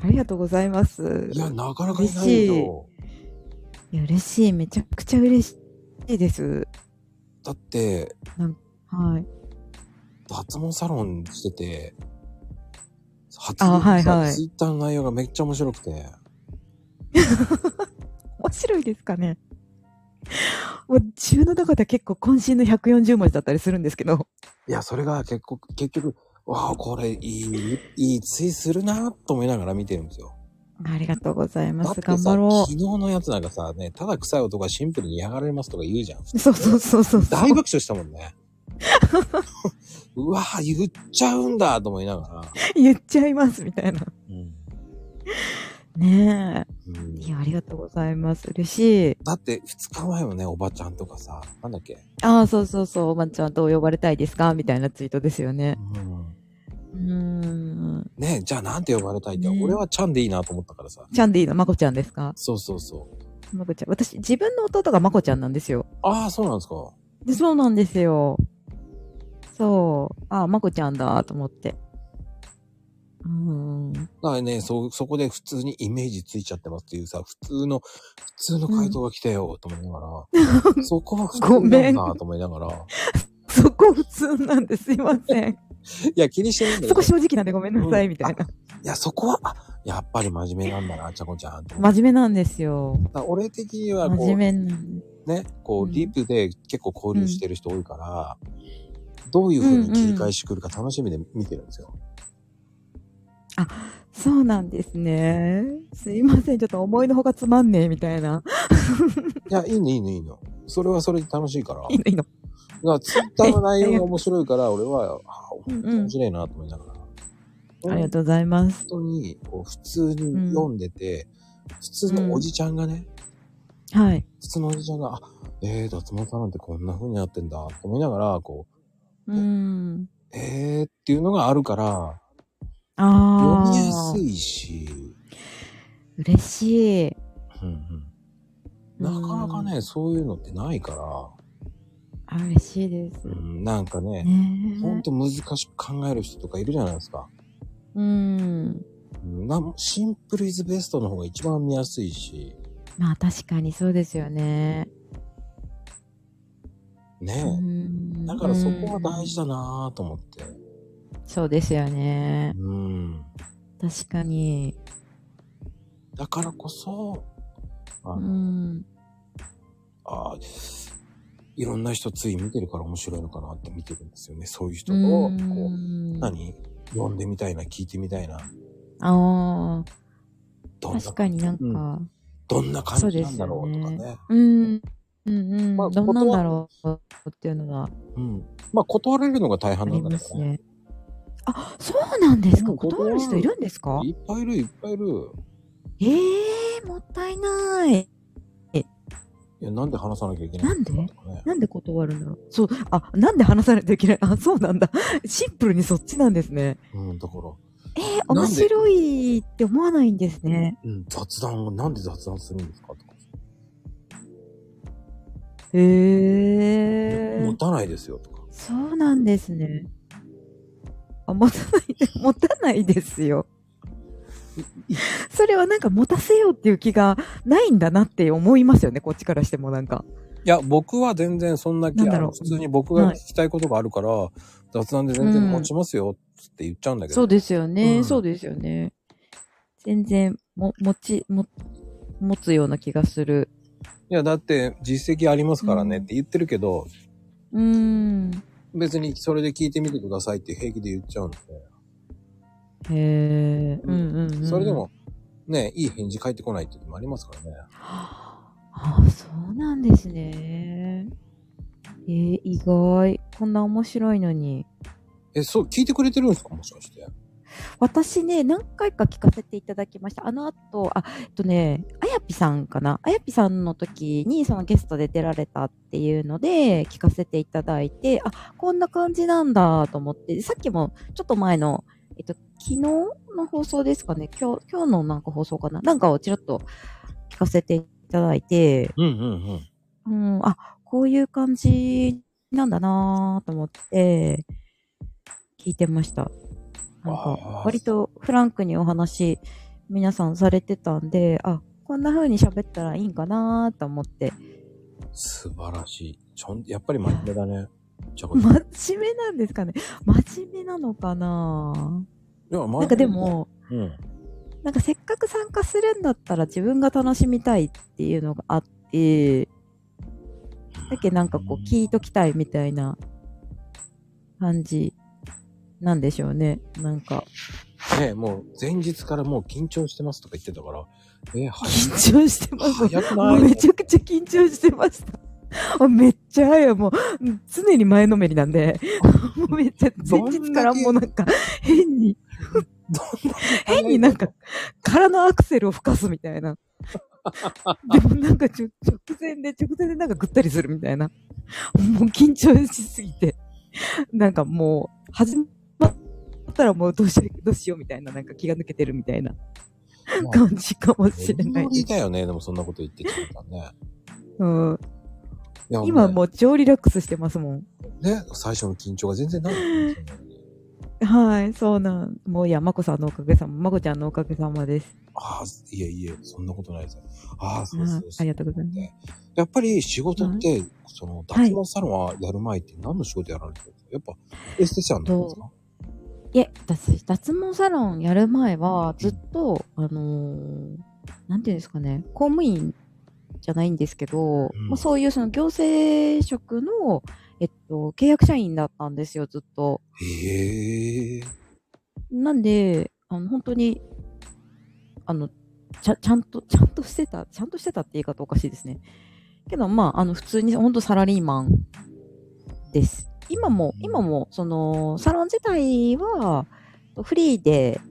Speaker 2: ありがとうございます。
Speaker 1: いや、なかなかいないよ。
Speaker 2: いや、嬉しい。めちゃくちゃ嬉しいです。
Speaker 1: だって、
Speaker 2: はい。
Speaker 1: 脱毛サロンしてて、初
Speaker 2: あはいはい
Speaker 1: ツイッターの内容がめっちゃ面白くて。
Speaker 2: 面白いですかね。もう自分の中では結構渾身の140文字だったりするんですけど。
Speaker 1: いや、それが結構、結局、わあ、これいい、いいついするなと思いながら見てるんですよ。
Speaker 2: ありがとうございま
Speaker 1: だっ
Speaker 2: す。
Speaker 1: て
Speaker 2: 頑
Speaker 1: さ
Speaker 2: 張ろ
Speaker 1: 昨日のやつなんかさ、ね、ただ臭い男がシンプルに嫌がられますとか言うじゃん。
Speaker 2: う。そうそうそうそうそう。
Speaker 1: 大爆笑したもん ね。うわぁ、言っちゃうんだと思いながら。
Speaker 2: 言っちゃいますみたいな。
Speaker 1: うん
Speaker 2: ね
Speaker 1: うん
Speaker 2: え。いや、ありがとうございます。嬉しい。
Speaker 1: だって、2日前もね、おばちゃんとかさ、なんだっけ。
Speaker 2: ああ、そうそうそう。おばんちゃんどう呼ばれたいですかみたいなツイートですよね。
Speaker 1: うん、
Speaker 2: うーん。
Speaker 1: ねじゃあなんて呼ばれたいって、
Speaker 2: ね
Speaker 1: 俺はちゃんでいいなと思ったからさ。
Speaker 2: チャンディーのまこちゃんですか
Speaker 1: そうそうそう。
Speaker 2: まこちゃん。私、自分の弟がまこちゃんなんですよ。
Speaker 1: ああ、そうなんですか。
Speaker 2: で、そうなんですよ。そう。ああ、まこちゃんだ、と思って。うーん。
Speaker 1: だからね、そ、そこで普通にイメージついちゃってますっていうさ、普通の、普通の回答が来たよ、と思いな がら、そこは普通なんだと思いながら、
Speaker 2: そこ普通なんですいま せん。
Speaker 1: いや、気にしてないんだけ
Speaker 2: そ
Speaker 1: ど、
Speaker 2: こ
Speaker 1: い
Speaker 2: 正直なんでごめんなさい、みたいな。
Speaker 1: や、そこは、あやっぱり真面目なんだな、ちゃこちゃんと思って。
Speaker 2: 真面目なんですよ。
Speaker 1: だから俺的には、こ
Speaker 2: 真面目なんで
Speaker 1: う、ね、こ
Speaker 2: う
Speaker 1: う、
Speaker 2: ん
Speaker 1: リプで結構交流してる人多いから、どういう風に切り返し来るか楽しみで見てるんですよ。
Speaker 2: そうなんですね。すいません。ちょっと思いのほかつまんねえ、みたいな。
Speaker 1: いや、いいの、いいの、いいの。それはそれで楽しいから。
Speaker 2: いいの、いいの。
Speaker 1: だから、ツイッターの内容が面白いから、 俺は、あ
Speaker 2: うんうん
Speaker 1: 面白いなと思いながら。
Speaker 2: ありがとうございます。
Speaker 1: 本当に、こう、普通に読んでて、普通のおじちゃんがね、
Speaker 2: はい。
Speaker 1: 普通のおじちゃんが、あ、えー、脱毛サロンってこんな風になってんだ、と思いながら、こう、
Speaker 2: うーん。
Speaker 1: えーっていうのがあるから、
Speaker 2: あ
Speaker 1: 読みや
Speaker 2: あ
Speaker 1: す。いし、
Speaker 2: 嬉しい。
Speaker 1: うんうんなかなかね、そういうのってないか
Speaker 2: あ、嬉しいです
Speaker 1: ら、。うん、なんかね、
Speaker 2: ねえ
Speaker 1: ほんと難しく考える人とかいるじゃないですか。
Speaker 2: うん。
Speaker 1: うんなんシンプルイズベストの方が一番見やすいし、
Speaker 2: まあ確かにそうですよね。う
Speaker 1: ね
Speaker 2: ん
Speaker 1: だからそこは大事だなぁと思って。
Speaker 2: うんそうですよね。
Speaker 1: うん。
Speaker 2: 確かに。
Speaker 1: だからこそ、あ
Speaker 2: う
Speaker 1: の、
Speaker 2: ん。
Speaker 1: あーいろんな人つい見てるから面白いのかなって見てるんですよね。そういう人
Speaker 2: う
Speaker 1: を、こ
Speaker 2: ん
Speaker 1: う、何読んでみたいな、聞いてみたいな。
Speaker 2: ああ、
Speaker 1: どんな
Speaker 2: 確かになんか、
Speaker 1: どんな感じなんだろうとか
Speaker 2: そ
Speaker 1: ね。
Speaker 2: うで
Speaker 1: う
Speaker 2: すうん、うん、うん、
Speaker 1: まあ
Speaker 2: どんなんだろうっていうのが
Speaker 1: ん。まあ、断れるのが大
Speaker 2: あ
Speaker 1: 半な
Speaker 2: り
Speaker 1: んだ
Speaker 2: ま
Speaker 1: け
Speaker 2: す
Speaker 1: どね。
Speaker 2: ね。あ、そうなんですか、
Speaker 1: うん
Speaker 2: 断る人いるんですか
Speaker 1: いっぱいいる、いっぱいいる。
Speaker 2: ええー、もったいない。
Speaker 1: いや、なんで話さなきゃいけないだとかね。
Speaker 2: なんで断るんだろうそう、あ、なんで話さないといけないあ、そうなんだ。シンプルにそっちなんですね。
Speaker 1: うん、だから、
Speaker 2: えー、
Speaker 1: な
Speaker 2: 面
Speaker 1: んで
Speaker 2: 白いって思わないんですね。
Speaker 1: うん、雑談を、なんで雑談するんですかとか。
Speaker 2: へえ
Speaker 1: 持
Speaker 2: ー。
Speaker 1: たないですよ、とか。
Speaker 2: そうなんですね。あ、持たない、持たないですよ。それはなんか持たせようっていう気がないんだなって思いますよね、こっちからしてもなんか。
Speaker 1: いや、僕は全然そんな気
Speaker 2: なんだ
Speaker 1: あ
Speaker 2: ろう
Speaker 1: の普通に僕が聞きたいことがあるから、雑談で全然持ちますよって言っちゃうんだけど。
Speaker 2: そうですよね、
Speaker 1: うん
Speaker 2: そうですよね。全然、も、持ち、も、持つような気がする。
Speaker 1: いや、だって実績ありますからね
Speaker 2: う
Speaker 1: っ
Speaker 2: ん
Speaker 1: て言ってるけど、
Speaker 2: うーん。
Speaker 1: 別にそれで聞いてみてくださいって平気で言っちゃうんで、
Speaker 2: へえ、うんうん、うん。
Speaker 1: それで。も、ね、いい返事返ってこないって時もありますからね。
Speaker 2: あ、そうなんですね。えー、意外。こんな面白いのに。
Speaker 1: え、そう、聞いてくれてるんですかもしかして。
Speaker 2: 私ね、何回か聞かせていただきました。あの後、あ、えっとね、あやぴさんかなあやぴさんの時にそのゲストで出られたっていうので聞かせていただいて、あ、こんな感じなんだと思って、さっきもちょっと前の、えっと、昨日の放送ですかね今日、今日のなんか放送かななんかをちらっと聞かせていただいて、
Speaker 1: うんうんうん。
Speaker 2: うん、あ、こういう感じなんだなぁと思って、聞いてました。なん
Speaker 1: あ
Speaker 2: か、
Speaker 1: ー
Speaker 2: 割とフランクにお話、皆さんされてたんで、あ、こんな風に喋ったらいいんかなぁと思って。
Speaker 1: 素晴らしい。ちょん、やっぱり真面目だね。じゃ あ、い
Speaker 2: 真面目なんですかね真面目なのかな
Speaker 1: や真面目
Speaker 2: ぁなんかで、も、
Speaker 1: うん。
Speaker 2: なんかせっかく参加するんだったら自分が楽しみたいっていうのがあって、だけなんかこう聞いときたいみたいな感じなんでしょうね。なんか
Speaker 1: ねえもう前日からもう緊張してますとか言ってたから、えー、は
Speaker 2: 緊張してます。
Speaker 1: 早く
Speaker 2: も
Speaker 1: な
Speaker 2: う
Speaker 1: い
Speaker 2: めちゃくちゃ緊張してました。あめっちゃ早い。もう常に前のめりなんで、 もうめっちゃ前日からもうなんか変に、
Speaker 1: どんな
Speaker 2: 変になんか、空のアクセルを吹かすみたいな。でもなんかちょ直前で、直前でなんかぐったりするみたいな。もう緊張しすぎて。なんかもう、始まったらもうどうしよう、どうしようみたいな、なんか気が抜けてるみたいな
Speaker 1: まあ
Speaker 2: 感じかもしれな
Speaker 1: ノ
Speaker 2: い。
Speaker 1: リだよね。でもそんなこと言ってきたからね。
Speaker 2: うん、
Speaker 1: いや
Speaker 2: 今もう超リラックスしてますもん。
Speaker 1: ね、最初の緊張が全然ない。
Speaker 2: はい、そうなん。もういや、まこさんのおかげさま、まこちゃんのおかげさまです。
Speaker 1: ああ、いえいえ、そんなことないですよ。ああ、そう
Speaker 2: は
Speaker 1: そ
Speaker 2: いう
Speaker 1: そ
Speaker 2: あ
Speaker 1: う
Speaker 2: り。がとうございます。
Speaker 1: やっぱり仕事って、その、脱毛サロンはやる前って何の仕事やられてるんですかやっぱ、エステシャンなんですか
Speaker 2: いえ、私、脱毛サロンやる前は、ずっと、あのーなんていうんですかね、公務員じゃないんですけど、
Speaker 1: うん
Speaker 2: まあ、そういうその行政職の、えっと、契約社員だったんですよ、ずっと。
Speaker 1: へえ。
Speaker 2: なんで、あの、本当に、あの、ちゃ、ちゃんと、ちゃんとしてた、ちゃんとしてたって言い方おかしいですね。けど、まあ、あの、普通に、本当サラリーマンです。今も、今も、その、サロン自体は、フリーで、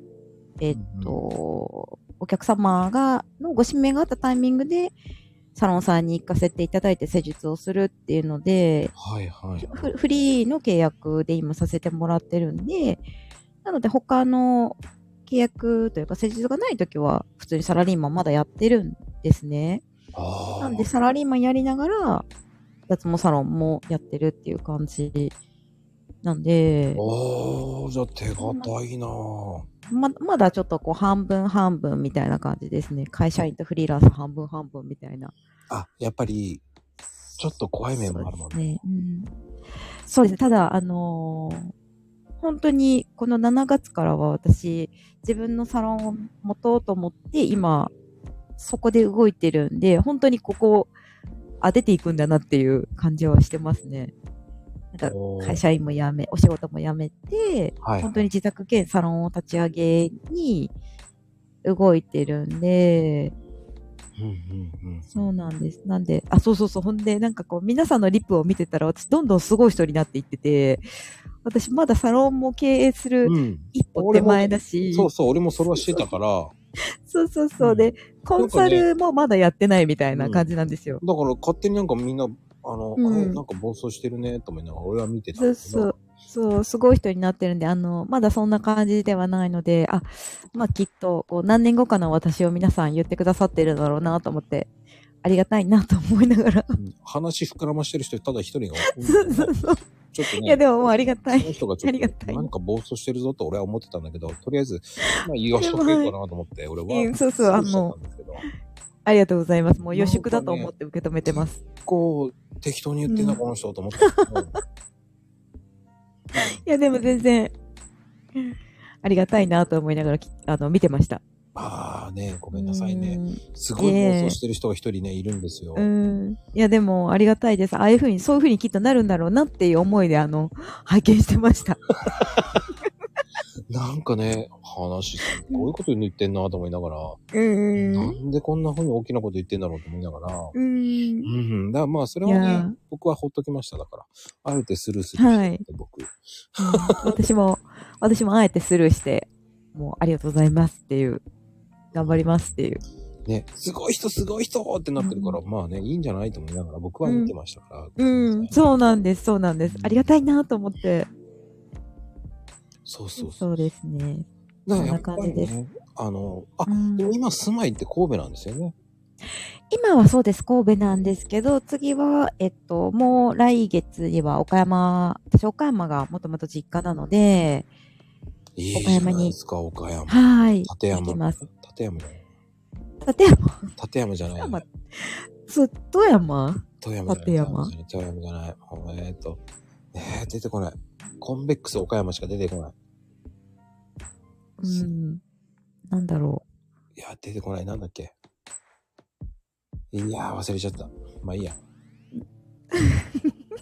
Speaker 2: えっと、お客様が、のご指名があったタイミングで、サロンさんに行かせていただいて施術をするっていうので、
Speaker 1: はいはい。
Speaker 2: フフリーの契約で今させてもらってるんで、なので他の契約というか施術がない時は普通にサラリーマンまだやってるんですね。
Speaker 1: ああ。
Speaker 2: なんでサラリーマンやりながら脱毛サロンもやってるっていう感じなんで、
Speaker 1: ああ、じゃあ手堅いなぁ。
Speaker 2: ままだちょっとこう半分半分みたいな感じですね。会社員とフリーランス半分半分みたいな。
Speaker 1: あ、やっぱり、ちょっと怖い面もあるもん
Speaker 2: そう
Speaker 1: ね。
Speaker 2: ですね。うん、そうですね。ただ、あのー本当にこの7月からは私、自分のサロンを持とうと思って、今、そこで動いてるんで、本当にここ、あ、出ていくんだなっていう感じはしてますね。なんか
Speaker 1: おー
Speaker 2: 会社員も辞め、お仕事も辞めて、
Speaker 1: はい。
Speaker 2: 本当に自宅兼サロンを立ち上げに動いてるんで、
Speaker 1: うんうんうん。
Speaker 2: そうなんです。なんで、あ、そうそうそう。ほんで、なんかこう、皆さんのリップを見てたら、私、どんどんすごい人になっていってて、私、まだサロンも経営する
Speaker 1: うん。
Speaker 2: 一歩手前だし、
Speaker 1: そうそう、俺もそれはしてたから、だか
Speaker 2: そうそうそう
Speaker 1: うん
Speaker 2: で、コンサルもまだやってないみたいな感じなんですよ。
Speaker 1: ら勝手になんかみんな、あの、
Speaker 2: うん
Speaker 1: あれなんか暴走してるね、と思いながら俺は見てたん
Speaker 2: そう
Speaker 1: だけど。
Speaker 2: そう。そう、すごい人になってるんで、あの、まだそんな感じではないので、あ、まあきっと、こう、何年後かの私を皆さん言ってくださってるだろうなと思って、ありがたいなと思いながら。
Speaker 1: うん話膨らましてる人、ただ一人が多いんだ
Speaker 2: そ
Speaker 1: よ
Speaker 2: う
Speaker 1: ね。
Speaker 2: そうそう。
Speaker 1: ちょっとね。
Speaker 2: いや、でももうありがた
Speaker 1: その
Speaker 2: い。
Speaker 1: 人がちょ
Speaker 2: ありが
Speaker 1: ったと、
Speaker 2: い
Speaker 1: なんか暴走してるぞと俺は思ってたんだけど、とりあえず、まあ言わしとけようかなと思って、俺
Speaker 2: う
Speaker 1: は。
Speaker 2: んそうそう、あの、
Speaker 1: そうしてたんですけど
Speaker 2: ありがとうございます。もう予祝だと思って受け止めてます。
Speaker 1: 結構適当に言ってんな、
Speaker 2: うん
Speaker 1: この人と思ってたけど。
Speaker 2: いや、でも全然、ありがたいなと思いながらき、あの、見てました。
Speaker 1: ああね、ご
Speaker 2: ご
Speaker 1: めんなさいね。。すご
Speaker 2: い
Speaker 1: い
Speaker 2: え
Speaker 1: 暴走してる人が一人ね、いるんですよ。
Speaker 2: うん。いや、でも、ありがたいです。ああいうふうに、そういうふうにきっとなるんだろうなっていう思いで、あの、拝見してました。
Speaker 1: なんかね、話すごいこと言ってんなと思いながら、
Speaker 2: うん
Speaker 1: な
Speaker 2: うん。
Speaker 1: んでこんな風に大きなこと言ってんだろうと思いながら、
Speaker 2: うん
Speaker 1: う。ん、だからまあそれはい
Speaker 2: や
Speaker 1: ね
Speaker 2: ー、
Speaker 1: 僕はほっときましただから。あえてスルーするして
Speaker 2: はい
Speaker 1: 僕。
Speaker 2: 私も、私もあえてスルーして、もうありがとうございますっていう、頑張りますっていう。
Speaker 1: ね、すごい人、すごい人ってなってるから、まあね、いいんじゃないと思いながら、僕は見てましたから。
Speaker 2: うん、そうなんです、そうなんです。ありがたいなと思って。
Speaker 1: そうそ
Speaker 2: そう
Speaker 1: うそう。
Speaker 2: ですね。
Speaker 1: だか
Speaker 2: そ
Speaker 1: ら
Speaker 2: ん
Speaker 1: や
Speaker 2: な
Speaker 1: っぱ
Speaker 2: 感
Speaker 1: り
Speaker 2: じです
Speaker 1: ね、あの、あ、
Speaker 2: うん
Speaker 1: でも今住まいって神戸なんですよね。
Speaker 2: 今はそうです、神戸なんですけど、次は、えっと、もう来月には岡山、私岡山がもともと実家なので、
Speaker 1: いいじ
Speaker 2: 岡
Speaker 1: ゃ
Speaker 2: 山に
Speaker 1: ないですか、岡山。
Speaker 2: はい。
Speaker 1: 立山。
Speaker 2: 行きます。
Speaker 1: 立山。
Speaker 2: 立山、
Speaker 1: 立山じゃない。
Speaker 2: 立山そう、富山
Speaker 1: 富山じゃない。
Speaker 2: 立山
Speaker 1: 富山じゃない。富山じゃないえーっと、えー、出てこない。コンベックス岡山しか出てこない。
Speaker 2: うん。なんだろ
Speaker 1: いや、出てこない。なんだっけ。いやー、忘れちゃった。まあい いや。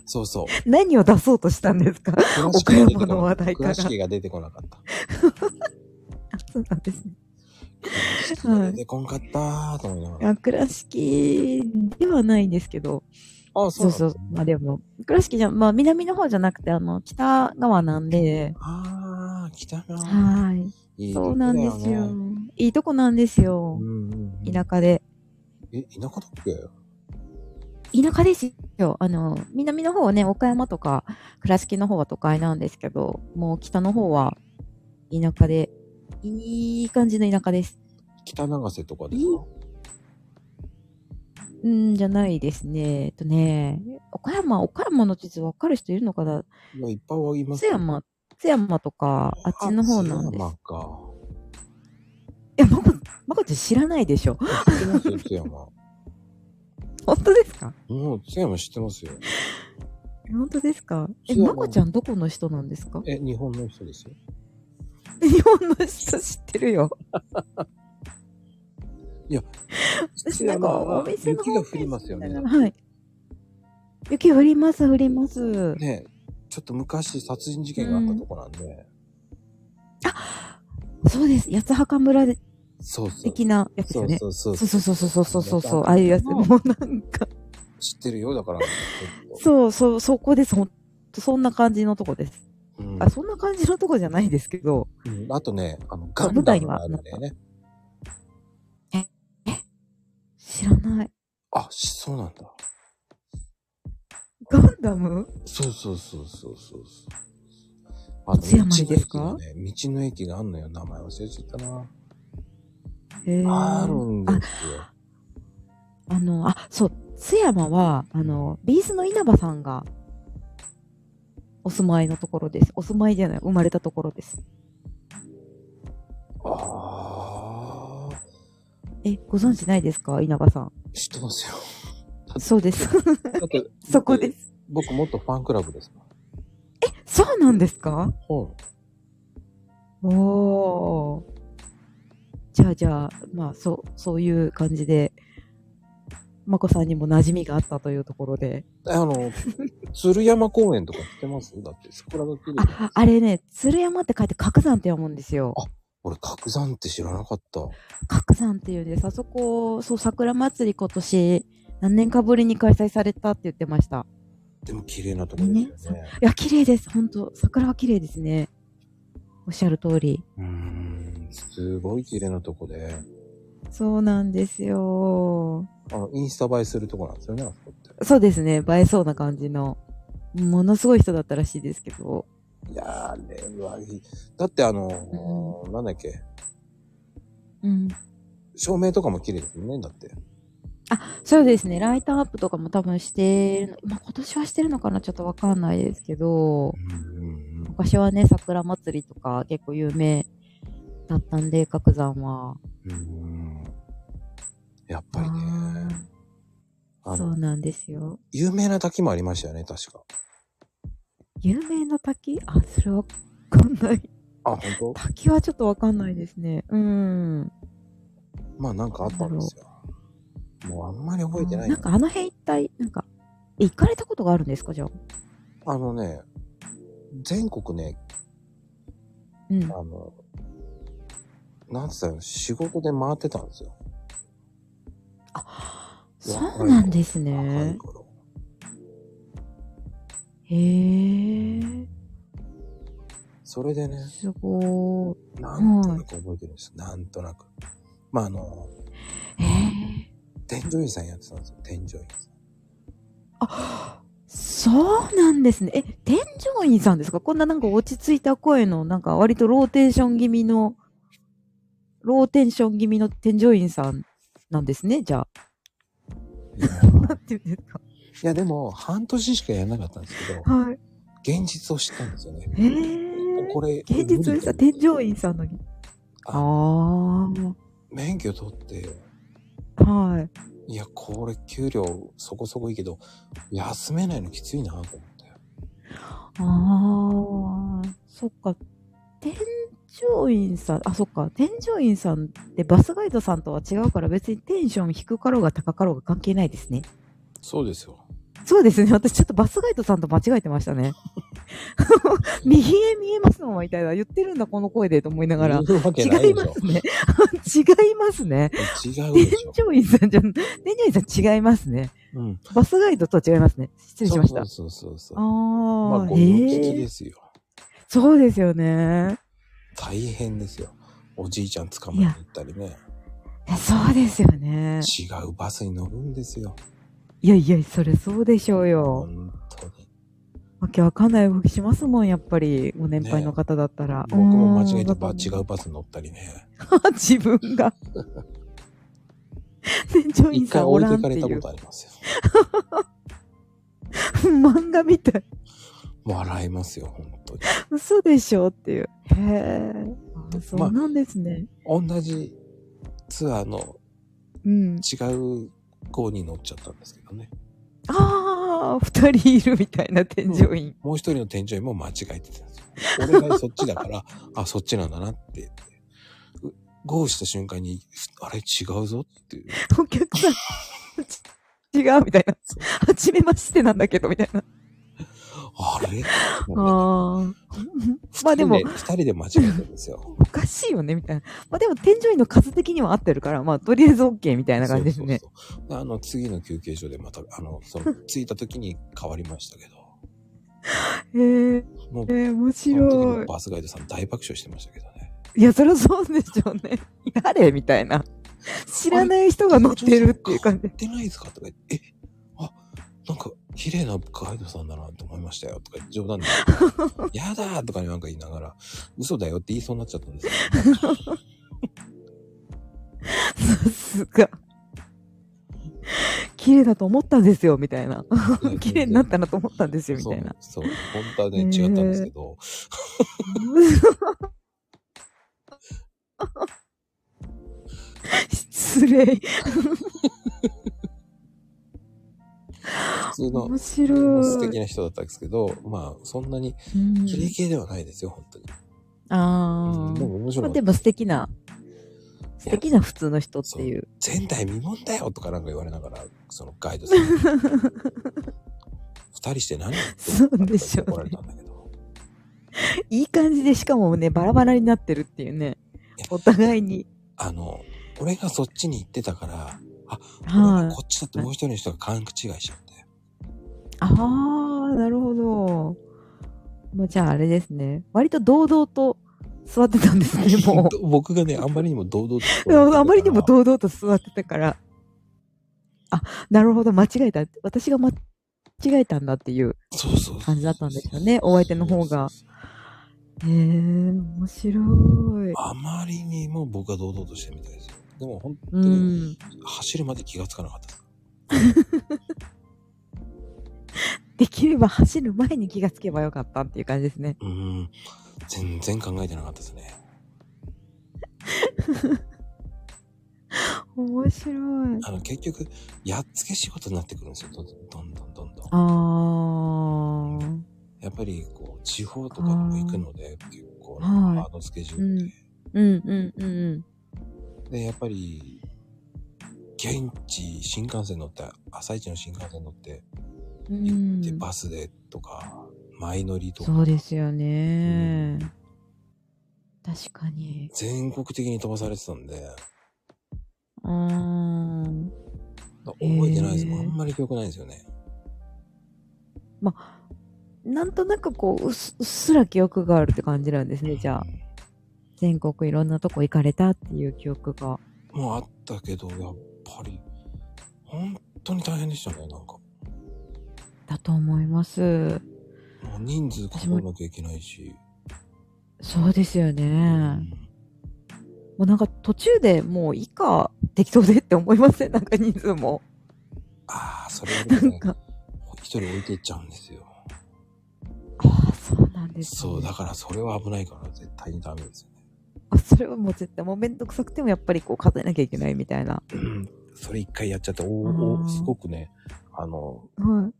Speaker 1: そうそう。
Speaker 2: う。何を出そうとしたんですか
Speaker 1: 倉敷が出てこ
Speaker 2: 岡山の
Speaker 1: なかった。
Speaker 2: 話題か
Speaker 1: 倉
Speaker 2: ら
Speaker 1: 敷が出てこなかった。
Speaker 2: あそうなんですね。
Speaker 1: 倉敷が出てこんかったーと思いながら。
Speaker 2: あ倉敷ではないんですけど、
Speaker 1: あ、
Speaker 2: そう
Speaker 1: なん
Speaker 2: そう
Speaker 1: だ。
Speaker 2: まあでも、倉敷じゃ、まあ南の方じゃなくて、あの、北側なんで、
Speaker 1: あー、北が。
Speaker 2: はい。
Speaker 1: いいと
Speaker 2: そ
Speaker 1: こ
Speaker 2: う
Speaker 1: だ
Speaker 2: な
Speaker 1: よね
Speaker 2: んですよ。。いいとこなんです
Speaker 1: う
Speaker 2: よ
Speaker 1: ん。うんうん。
Speaker 2: 田舎で。
Speaker 1: え、田舎だっけ
Speaker 2: 田舎ですよ。あの、南の方はね、岡山とか、倉敷の方は都会なんですけど、もう北の方は田舎で、いい感じの田舎です。
Speaker 1: 北長瀬とかで
Speaker 2: いいうん、じゃないですね。えっとね、岡山、岡山の地図わかる人いるのかない
Speaker 1: や、いっぱいはいます
Speaker 2: 津
Speaker 1: よ。
Speaker 2: 山、津山とか、あっちの方なんです。
Speaker 1: あ津
Speaker 2: いや、まこ、まこちゃん知らないでしょ。
Speaker 1: 山か。知ってますよ、津山。
Speaker 2: 本当ですか
Speaker 1: もう、津山知ってますよ。
Speaker 2: 本当ですかえ、
Speaker 1: 津山
Speaker 2: まこちゃんどこの人なんですか
Speaker 1: え、日本の人ですよ。
Speaker 2: 日本の人知ってるよ。私なんかお店の
Speaker 1: 雪が降りますよね。
Speaker 2: はい。雪降ります、降ります。
Speaker 1: ねちょっと昔殺人事件があったとこなんで、
Speaker 2: そうです。八幡村
Speaker 1: そうそう。
Speaker 2: 的なやつです
Speaker 1: そ
Speaker 2: よ
Speaker 1: う
Speaker 2: ね。
Speaker 1: そうそう
Speaker 2: そうそうそうそうそうそうそう。
Speaker 1: あ
Speaker 2: ああ
Speaker 1: れ
Speaker 2: いうやつ。もうなんか、
Speaker 1: 知ってるよ、だから。
Speaker 2: そうそう、そこです。ほんと、そんな感じのとこです。
Speaker 1: うん、
Speaker 2: あ、そんな感じのとこじゃないですけど。
Speaker 1: うんあとね、あの、ガンダムがあるんだよね。
Speaker 2: 知らない。
Speaker 1: あ、しそうなんだ。
Speaker 2: ガンダム
Speaker 1: そうそうそうそうそうそう。あの
Speaker 2: 津山に
Speaker 1: 道の
Speaker 2: です
Speaker 1: 駅
Speaker 2: か
Speaker 1: がね、道の駅があんのよ。名前忘れちゃったな。
Speaker 2: へー
Speaker 1: あるんですよ。
Speaker 2: あの、あ、そう、津山は、あの、ビーズの稲葉さんが、お住まいのところです。お住まいじゃない、生まれたところです。
Speaker 1: ああ
Speaker 2: え、ご存知ないですか稲葉さん。
Speaker 1: ー、知って ますよ。
Speaker 2: そうです。
Speaker 1: だって、
Speaker 2: そこです
Speaker 1: す。。僕もっとファンクラブですもん。
Speaker 2: そうなんですか
Speaker 1: ほ
Speaker 2: おー。じゃあじゃあ、まあそう、そういう感じで、まこさんにも馴染みがあったというところで。
Speaker 1: う。あの、鶴山公園とか知ってますだって、桜が綺麗だ。
Speaker 2: あ、あれね、鶴山って書いて角山って読むんですよ。
Speaker 1: 俺、角山って知らなかった。
Speaker 2: 角山っていうです。あそこ、そう、桜祭り今年、何年かぶりに開催されたって言ってました。
Speaker 1: でも綺麗なとこですよね。
Speaker 2: いや、綺麗です。本当桜は綺麗ですね。おっしゃる通り。
Speaker 1: うーん、すごい綺麗なとこで。
Speaker 2: そうなんですよ。
Speaker 1: あの、インスタ映えするとこなんですよね、あそこって。
Speaker 2: そうですね。映えそうな感じの。ものすごい人だったらしいですけど。
Speaker 1: いやー、あれはいい。だってあのーなんだっけ、
Speaker 2: うん。
Speaker 1: 照明とかも綺麗ですもんね、だって。
Speaker 2: そうですね。ライトアップとかも多分してるの、まあ、今年はしてるのかなちょっとわかんないですけど、
Speaker 1: うん
Speaker 2: 昔はね、桜祭りとか結構有名だったんで、角山は。
Speaker 1: うんうん。やっぱりね。
Speaker 2: あー
Speaker 1: あ
Speaker 2: そ
Speaker 1: の
Speaker 2: う、なんですよ。
Speaker 1: 有名な滝もありましたよね、確か。
Speaker 2: 有名な滝あ、それはわかんない。
Speaker 1: あ、本
Speaker 2: 滝はちょっとわかんないですね。うん。
Speaker 1: 当？まあなんかあったんですよ。もうあんまり覚えてない
Speaker 2: なんかあの辺一体、なんか、え行かれたことがあるんですかじゃあ。
Speaker 1: あのね、全国ね、
Speaker 2: うん。
Speaker 1: あの、なんつったらいいの仕事で回ってたんですよ。
Speaker 2: あ、そうなんです
Speaker 1: 若い
Speaker 2: ね。
Speaker 1: 頃
Speaker 2: へえ。
Speaker 1: それでね、
Speaker 2: すごーい。
Speaker 1: なんとなく覚えてるんです。なんとなく。まあ、あの、
Speaker 2: えー、
Speaker 1: 添乗員さんやってたんですよ。添乗員さん。
Speaker 2: そうなんですね。え、添乗員さんですかこんななんか落ち着いた声の、なんか割とローテーション気味の、ローテーション気味の添乗員さんなんですね、じゃあ。
Speaker 1: いや
Speaker 2: なんていうんですか。
Speaker 1: いや、でも、半年しかやらなかったんですけど、
Speaker 2: はい。
Speaker 1: 現実を知ったんですよね。
Speaker 2: えー、
Speaker 1: これ、
Speaker 2: 現実でした、
Speaker 1: 無理
Speaker 2: 添乗員さんのに。あ
Speaker 1: あ
Speaker 2: あ
Speaker 1: 免許取って、
Speaker 2: ー、はい。
Speaker 1: いや、これ給料そこそこいいけど、休めないのきついなと思って。
Speaker 2: ああ、そっか。添乗員さん、あ、そっか。添乗員さんってバスガイドさんとは違うから別にテンション低かろうが高かろうが関係ないですね。
Speaker 1: そうですよ。
Speaker 2: そうですね。私ちょっとバスガイドさんと間違えてましたね。右へ見えますもんみたいな。言ってるんだ、この声でと思いながら。
Speaker 1: 言うわけない
Speaker 2: 違い
Speaker 1: でし
Speaker 2: ま
Speaker 1: ょ。
Speaker 2: すね。違いますね。
Speaker 1: 違う
Speaker 2: 添
Speaker 1: でしょ。
Speaker 2: 乗員さんじゃん、添乗員さん違いますね。
Speaker 1: うん。
Speaker 2: バスガイドとは違いますね。失礼しました。
Speaker 1: そうそうそうそう。ま
Speaker 2: あ
Speaker 1: あ、
Speaker 2: あ、
Speaker 1: ご
Speaker 2: え
Speaker 1: 用聞き
Speaker 2: え
Speaker 1: ですよ。
Speaker 2: そうですよね。
Speaker 1: 大変ですよ。おじいちゃん捕まえに行ったりね。
Speaker 2: いやそうですよね。
Speaker 1: 違うバスに乗るんですよ。
Speaker 2: いやいや、それそうでしょうよ。
Speaker 1: 本当に。
Speaker 2: わけわかんない動きしますもん、やっぱり。ご年配の方だったら。
Speaker 1: 僕も間違えてば
Speaker 2: バ
Speaker 1: 違うバスに乗ったりね。
Speaker 2: 自分が。 船長員
Speaker 1: 一
Speaker 2: さ
Speaker 1: 回
Speaker 2: んお
Speaker 1: 置い
Speaker 2: ら
Speaker 1: て
Speaker 2: んっ
Speaker 1: か
Speaker 2: て
Speaker 1: れた
Speaker 2: い
Speaker 1: こ
Speaker 2: う。
Speaker 1: とありますよ。
Speaker 2: 漫画みたい。
Speaker 1: 笑えますよ、本当に。
Speaker 2: 嘘でしょっていう。へえ。あそ
Speaker 1: ま
Speaker 2: うなんですね。
Speaker 1: 同じツアーの
Speaker 2: うん。
Speaker 1: 違う号に乗っちゃったんですけどね。
Speaker 2: ああ、二人いるみたいな添乗員。
Speaker 1: もう一人の店長員も間違えてたんですよ。俺がそっちだから、 あ、そっちなんだなって言って。うゴーした瞬間に、あれ違うぞっていう。
Speaker 2: お客さん。 違うみたいな。はじめましてなんだけど、みたいな。
Speaker 1: あれ
Speaker 2: ああ。 まあでも
Speaker 1: 二人二人で間違えてるんですよ。
Speaker 2: おかしいよねみたいな。まあでも添乗員の数的には合ってるから、まあとりあえず OK みた いな感じですね。
Speaker 1: そうそうそうであの、次の休憩所でまた、あの、その、着いた時に変わりましたけど。
Speaker 2: へえ、
Speaker 1: もう、
Speaker 2: えー、面
Speaker 1: その時も
Speaker 2: 白い。
Speaker 1: バスガイドさん大爆笑してましたけどね。
Speaker 2: いや、そりゃそうでしょうね。誰みたいな。知らない人が乗ってるっていう感じ
Speaker 1: 乗っ。てないですかとか言って、え、あ、なんか、綺麗なガイドさんだなって思いましたよ。とか、冗 談で。やだーとかなんか言いながら、嘘だよって言いそうになっちゃったんですよ。
Speaker 2: さすが。綺麗だと思ったんですよ、みたいな。 綺麗になったなと思ったんですよ、みたいな。
Speaker 1: そう。そう本当はね、違ったんですけど、
Speaker 2: 失礼。
Speaker 1: 普通の
Speaker 2: 面、白い。
Speaker 1: 素敵な人だったんですけど、まあ、そんなに、
Speaker 2: うん
Speaker 1: 綺麗系ではないですよ、本当に。
Speaker 2: あ
Speaker 1: で
Speaker 2: あ。
Speaker 1: も面白か
Speaker 2: まあ、
Speaker 1: っ
Speaker 2: で
Speaker 1: た。
Speaker 2: も素敵な、素敵な普通の人っていう。
Speaker 1: 前代未聞だよとかなんか言われながら、そのガイド さんに。二人して何言ってんの
Speaker 2: そうでしょうね
Speaker 1: 怒られたんだけど。
Speaker 2: いい感じで、しかもね、バラバラになってるっていうね
Speaker 1: いや。
Speaker 2: お互いに。
Speaker 1: あの、俺がそっちに行ってたから、俺が
Speaker 2: はい、
Speaker 1: こっちだってもう一人の人が勘違いしちゃって。
Speaker 2: ああ、なるほど。もうじゃああれですね。割と堂々と座ってたんですね、も
Speaker 1: 僕がね、あんまりにも堂々としてた
Speaker 2: う。
Speaker 1: から。
Speaker 2: あまりにも堂々と座ってたから。あ、なるほど、間違えた。私が間違えたんだっていう
Speaker 1: そうそうそう
Speaker 2: 感じだったんですよね、お相手の方が。へえ、面白い。
Speaker 1: あまりにも僕は堂々としてるみたいですよ。でも本当
Speaker 2: う
Speaker 1: に
Speaker 2: ん。
Speaker 1: 走るまで気がつかなかったです。
Speaker 2: できれば走る前に気がつけばよかったっていう感じですね。
Speaker 1: うん。全然考えてなかったですね。
Speaker 2: 面白い。
Speaker 1: あの、結局、やっつけ仕事になってくるんですよ。どどんどんどんどん。
Speaker 2: あー。
Speaker 1: やっぱり、こう、地方とかにも行くので、結構、
Speaker 2: はい
Speaker 1: ハードスケジュールで。
Speaker 2: うんうんうんうん。
Speaker 1: で、やっぱり、現地、新幹線乗って、朝一の新幹線乗って、
Speaker 2: う
Speaker 1: 行って、
Speaker 2: ん
Speaker 1: バスでとか、前乗りとか、
Speaker 2: そうですよね、確かに。
Speaker 1: 全国的に飛ばされてたんで、
Speaker 2: うーん。
Speaker 1: 覚えてないですもん。あ
Speaker 2: へー
Speaker 1: んまり記憶ないんですよね。
Speaker 2: なんとなくこううっす、うっすら記憶があるって感じなんですね、じゃあ。全国いろんなとこ行かれたっていう記憶が。
Speaker 1: もうあったけど、やっぱり、本当に大変でしたね、なんか。も
Speaker 2: だと思います。
Speaker 1: う人数数えなきゃいけないし。
Speaker 2: そうですよ
Speaker 1: う
Speaker 2: ね。
Speaker 1: ん
Speaker 2: もうなんか途中でもう以下適当でって思いませんなんか人数も。
Speaker 1: ああ、それは
Speaker 2: な
Speaker 1: です
Speaker 2: ん
Speaker 1: ね、
Speaker 2: か、
Speaker 1: 一人置いていっちゃうんですよ。
Speaker 2: ああ、そうなんです、ね。
Speaker 1: そう、だからそれは危ないから絶対にダメですよね。
Speaker 2: あそれはもう絶対もうめんどくさくてもやっぱりこう勝てなきゃいけないみたいな。
Speaker 1: うんそれ一回やっちゃって、おー
Speaker 2: う
Speaker 1: おー、
Speaker 2: ん
Speaker 1: すごくね、あの、
Speaker 2: は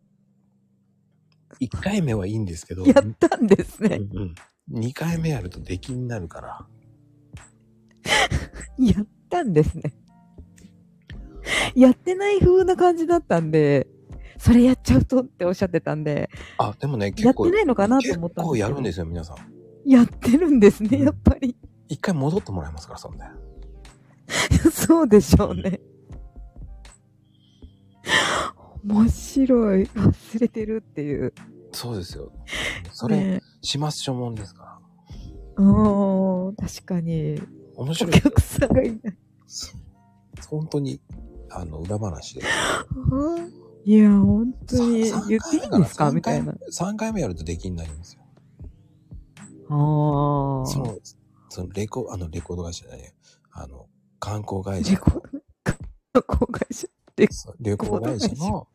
Speaker 1: 一回目はいいんですけど、
Speaker 2: い。やったんですね。
Speaker 1: うんうん二回目やると出禁になるから。
Speaker 2: やったんですね。やってない風な感じだったんで、それやっちゃうとっておっしゃってたんで、
Speaker 1: あ、でもね、
Speaker 2: や
Speaker 1: 結
Speaker 2: っ
Speaker 1: 構、
Speaker 2: てないのかなと
Speaker 1: 結
Speaker 2: 思ったんです。
Speaker 1: 構やるんですすよ、皆さん。
Speaker 2: やってるんですね、
Speaker 1: うん
Speaker 2: やっぱり。
Speaker 1: 一回戻ってもらえますから、そんで。
Speaker 2: そうでしょうね。面白い。忘れてるっていう。
Speaker 1: そうです よ。それ、
Speaker 2: ね、
Speaker 1: 始末書もんですから。
Speaker 2: うん、確かに。
Speaker 1: 面
Speaker 2: お
Speaker 1: 白い。
Speaker 2: 客さんがいない。
Speaker 1: 本当に、あの、裏話で。
Speaker 2: うんいや、本当に
Speaker 1: さん
Speaker 2: 言っていいんですか
Speaker 1: 三
Speaker 2: みた
Speaker 1: 回
Speaker 2: い
Speaker 1: 目
Speaker 2: な。あ
Speaker 1: 3回目やると出禁になりますよ。
Speaker 2: あー。
Speaker 1: その、そのレコ、あの、レコード会社じゃないやあの、観光会
Speaker 2: レ
Speaker 1: 社。
Speaker 2: コード、旅行会社、
Speaker 1: そう旅行会社
Speaker 2: レコー
Speaker 1: の、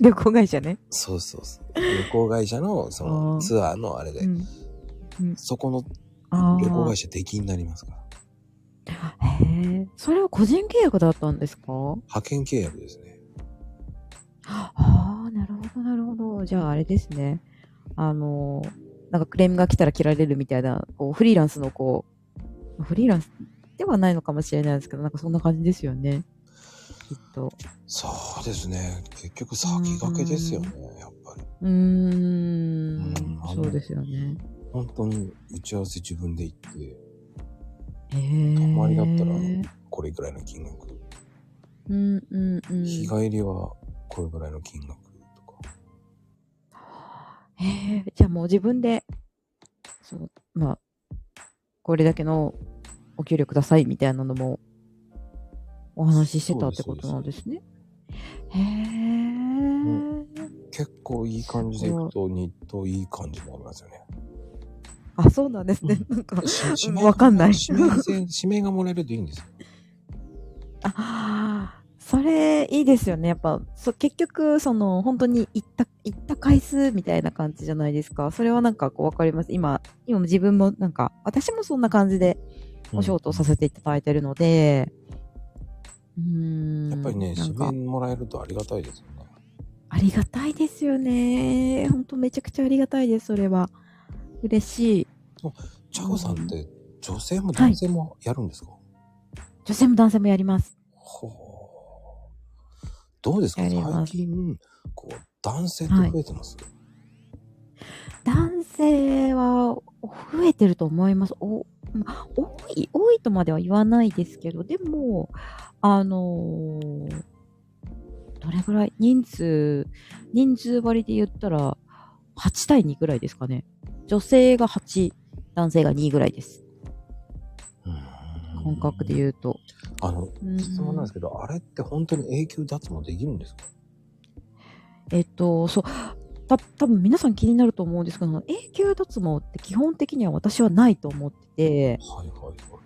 Speaker 2: 旅行会社ね。
Speaker 1: そうそうそう。旅行会社の、そ
Speaker 2: あ
Speaker 1: の、
Speaker 2: ー
Speaker 1: ツアーのあれで、
Speaker 2: うん。
Speaker 1: そこの
Speaker 2: あ
Speaker 1: 旅行
Speaker 2: あ
Speaker 1: 会。社出禁になりますから。
Speaker 2: へえ。それは個人契約だったんですか
Speaker 1: 派遣契約ですね。
Speaker 2: ああ、なるほど、なるほど。じゃあ、あれですね。あの、なんかクレームが来たら切られるみたいな、こう、フリーランスのこう、フリーランスではないのかもしれないですけど、なんかそんな感じですよね。きっと。
Speaker 1: そうですね。結局先駆けですよね、やっぱり。
Speaker 2: うーん
Speaker 1: うん。
Speaker 2: そうですよね。
Speaker 1: 本当に打ち合わせ自分で行って、
Speaker 2: へえ。
Speaker 1: 泊まりだったらこれぐらいの金額。
Speaker 2: うんうんうん。
Speaker 1: 日帰りはこれぐらいの金額とか。
Speaker 2: へえじゃあもう自分で、そう、まあ、これだけのお給料くださいみたいなのもお話ししてたってことなんですね。へえ。
Speaker 1: 結構いい感じでいくと、日当いい感じになりますよね。
Speaker 2: あ、そうなんですね。なんか、
Speaker 1: し
Speaker 2: わかんない
Speaker 1: 指名制指名がもらえるといいんですよ。
Speaker 2: あそれいいですよね。やっぱ、そ結局、その、本当に行った、行った回数みたいな感じじゃないですか。それはなんかこうわかります。今、今も自分もなんか、私もそんな感じでお仕事をさせていただいてるので、うーん。
Speaker 1: やっぱりね、
Speaker 2: な
Speaker 1: 指
Speaker 2: んか
Speaker 1: 名もらえるとありがたいですよね。
Speaker 2: ありがたいですよね。ほんとめちゃくちゃありがたいです、それは。嬉しい。
Speaker 1: チャコさんって女性も男性もやるんですか、
Speaker 2: 女性も男性もやります。
Speaker 1: ほうどうですか
Speaker 2: やりま
Speaker 1: 最
Speaker 2: す
Speaker 1: 近、こう、男性って増えてます、
Speaker 2: 男性は増えてると思います。おま多い、多いとまでは言わないですけど、でも、あのーどれぐらい人数、人数割で言ったら、8対2ぐらいですかね。女性が8、男性が2ぐらいです。
Speaker 1: うん
Speaker 2: 感覚で言うと。
Speaker 1: あの、
Speaker 2: うん
Speaker 1: 質問なんですけど、あれって本当に永久脱毛できるんですか
Speaker 2: えっと、そう、た多分皆さん気になると思うんですけど、永久脱毛って基本的には私はないと思って
Speaker 1: はいはいは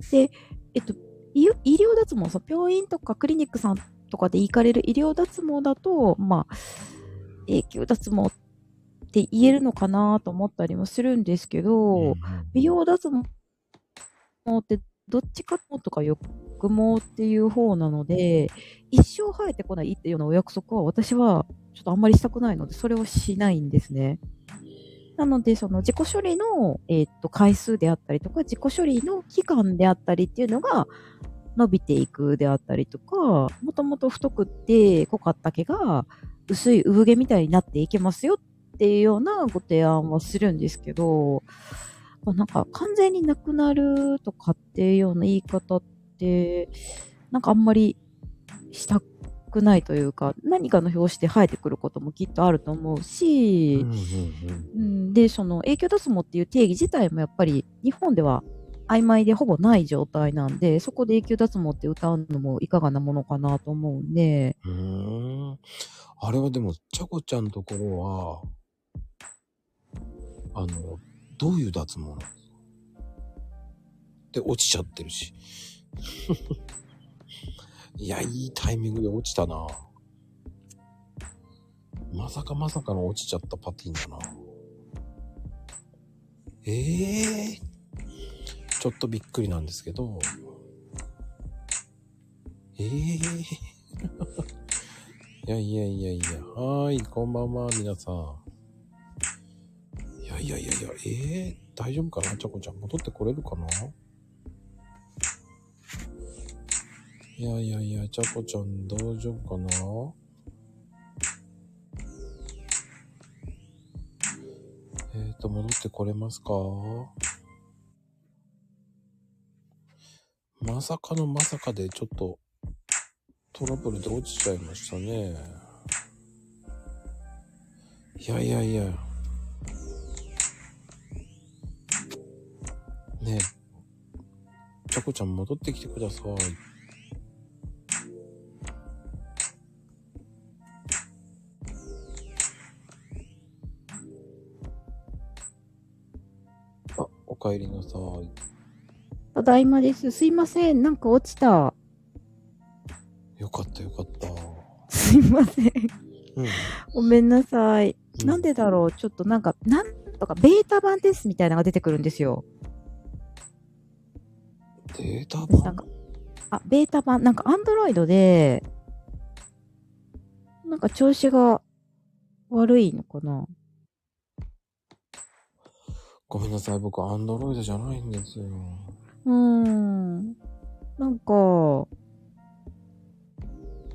Speaker 1: い。
Speaker 2: て、で、えっと、医医療脱毛、そう病院とかクリニックさんとかで行かれる医療脱毛だと、まあ、永久脱毛って言えるのかなと思ったりもするんですけど、
Speaker 1: うんうん
Speaker 2: 美容脱毛ってどっちかとか欲毛っていう方なので、一生生えてこないっていうようなお約束は私はちょっとあんまりしたくないので、それをしないんですね。なので、その自己処理の、えーっと回数であったりとか、自己処理の期間であったりっていうのが伸びていくであったりとか、もともと太くって濃かった毛が薄い産毛みたいになっていけますよっていうようなご提案はするんですけど、まあなんか完全になくなるとかっていうような言い方って、なんかあんまりした少ないというか、何かの表紙で生えてくることもきっとあると思うし、
Speaker 1: うんうん
Speaker 2: うん、で、その影響脱毛っていう定義自体もやっぱり日本では曖昧でほぼない状態なんで、そこで永久脱毛って歌うのもいかがなものかなと思うんで、
Speaker 1: うんうーんあれはでも、ちゃこちゃんのところは、あの、どういう脱毛なんですかで、落ちちゃってるし。 いや、いいタイミングで落ちたな。まさかまさかの落ちちゃったパティンだな。ええちょっとびっくりなんですけど。ええいやいやいやいや、はーい、こんばんは、皆さん。いやいやいやいや、ええ大丈夫かなちゃこちゃん、戻ってこれるかないやいやいや、ちゃこちゃん、大丈夫かなえっ、ー、と、戻ってこれますかまさかのまさかで、ちょっと、トラブルで落ちちゃいましたね。いやいやいや。ねえ。ちゃこちゃん戻ってきてください。あ、お帰りなさい。
Speaker 2: ただいまです。すいません。なんか落ちた。
Speaker 1: よかったよかった。
Speaker 2: すいません。
Speaker 1: うん。
Speaker 2: ごめんなさい。
Speaker 1: うん
Speaker 2: なんでだろうちょっとなんか、なんとか、ベータ版ですみたいなのが出てくるんですよ。
Speaker 1: データ
Speaker 2: 私な
Speaker 1: 版
Speaker 2: んか、あ、ベータ版、なんかアンドロイドで、なんか調子が悪いのかな
Speaker 1: ごめんなさい、僕、アンドロイドじゃないんですよ。
Speaker 2: うーん。なんか、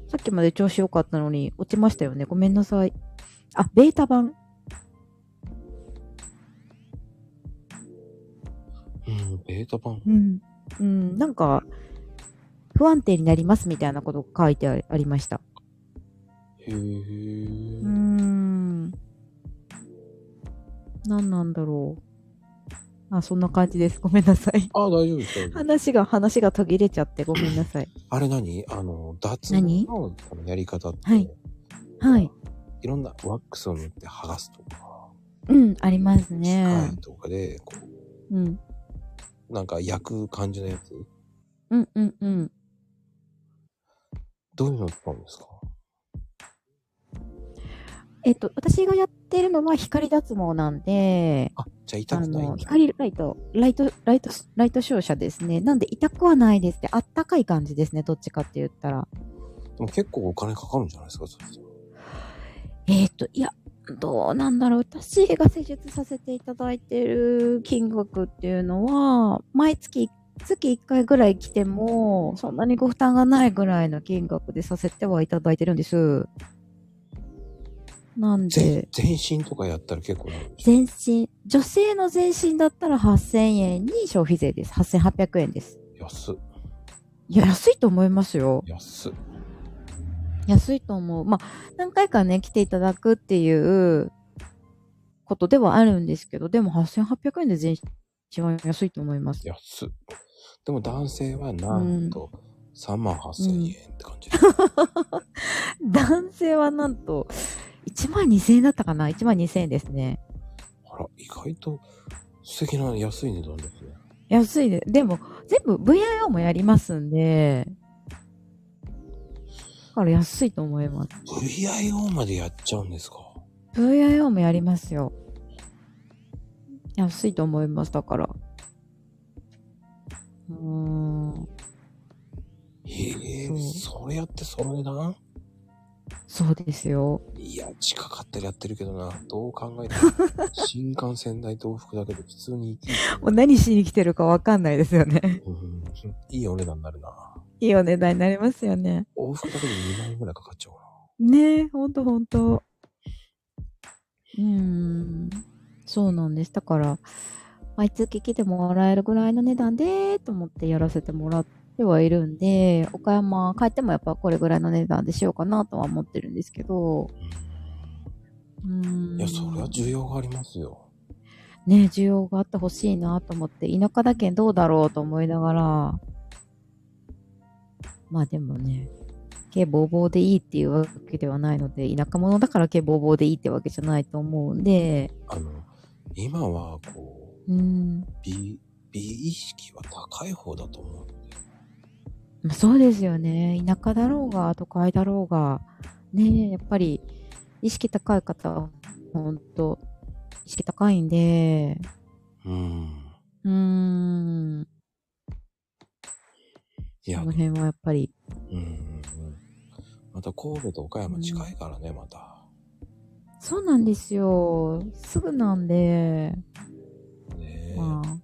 Speaker 2: さっきまで調子良かったのに落ちましたよね。ごめんなさい。あ、ベータ
Speaker 1: う
Speaker 2: 版。
Speaker 1: ん、ベータ版。
Speaker 2: うん。うん、なんか、不安定になりますみたいなこと書いてあありました。
Speaker 1: へー
Speaker 2: うーん。何なんだろう。あ、そんな感じです。ごめんなさい。
Speaker 1: あ、大丈夫です。大丈夫です
Speaker 2: 話が、話が途切れちゃってごめんなさい。
Speaker 1: あれ何あの、脱毛
Speaker 2: 何
Speaker 1: のあのやり方って、
Speaker 2: はいい、はい。
Speaker 1: ろんなワックスを塗って剥がすとか、
Speaker 2: うん、あります
Speaker 1: 機
Speaker 2: ね
Speaker 1: 械。とかで、こ
Speaker 2: うん。
Speaker 1: う、なんか焼く感じのやつ、
Speaker 2: うん、うん、うん。
Speaker 1: どういうの使うんですか
Speaker 2: えっと、私がやってるのは光脱毛なんで、
Speaker 1: あ、じゃあ痛
Speaker 2: あ
Speaker 1: くないんだ。
Speaker 2: の、光ライト、ライト、ライト、ライト照射ですね。なんで痛くはないですね。あったかい感じですね。どっちかって言ったら。
Speaker 1: でも結構お金かかるんじゃないですかそしたら
Speaker 2: えっ、と、いや、どうなんだろう。私が施術させていただいてる金額っていうのは、毎月、月1回ぐらい来ても、そんなにご負担がないぐらいの金額でさせてはいただいてるんです。なんで
Speaker 1: 全、全身とかやったら結構なるでしょ
Speaker 2: 全身、女性の全身だったら8000円に消費税です。8800円です。
Speaker 1: 安っ、
Speaker 2: いや、安いと思いますよ。
Speaker 1: 安っ。
Speaker 2: 安いと思う。まあ、何回かね、来ていただくっていうことではあるんですけど、でも8800円で全身は安いと思います。
Speaker 1: 安っ。でも男性はなんと3万8000円って感 じ。
Speaker 2: 男性はなんと、1万2000円だったかな ?1 万2000円ですね。
Speaker 1: あら、意外と素敵な安い値段ですね。
Speaker 2: 安いで。でも、全部 VIO もやりますんで、だから安いと思います。
Speaker 1: VIO までやっちゃうんですか
Speaker 2: VIO もやりますよ。安いと思います、だから。うーん。
Speaker 1: へえ
Speaker 2: そう
Speaker 1: それやってその値段
Speaker 2: そうですよ。
Speaker 1: いや、近かったらやってるけどな。どう考えて も新幹線代と往復だけで普通にいい、
Speaker 2: もう何しに来てるかわかんないですよね。
Speaker 1: うん、いいお値段になるな。
Speaker 2: いいお値段になりますよね。
Speaker 1: 往復だけで2万円ぐらいかかっちゃうな。
Speaker 2: ねえ、ほんとほんと。うーん。そうなんです。だから、毎月来てもらえるぐらいの値段で、と思ってやらせてもらってはいるんで、岡山帰ってもやっぱこれぐらいの値段でしようかなとは思ってるんですけど、うーん。
Speaker 1: いや、それは需要がありますよ。
Speaker 2: ね、需要があってほしいなと思って、田舎だけどうだろうと思いながら、まあでもね、毛ボーボーでいいっていうわけではないので、田舎者だから毛ボーボーでいいってわけじゃないと思うんで、
Speaker 1: あの、今は、こう、
Speaker 2: うん、
Speaker 1: 美、美意識は高い方だと思う。
Speaker 2: まあそうですよね。田舎だろうが、都会だろうが、ねえ、やっぱり、意識高い方は、ほんと、意識高いんで、
Speaker 1: うん。
Speaker 2: うーん、
Speaker 1: い
Speaker 2: そ
Speaker 1: や、
Speaker 2: の辺はやっぱり、
Speaker 1: うんうんうん。また神戸と岡山近いからね、また。
Speaker 2: そうなんですよ。すぐなんで、
Speaker 1: ねえ。
Speaker 2: まあ、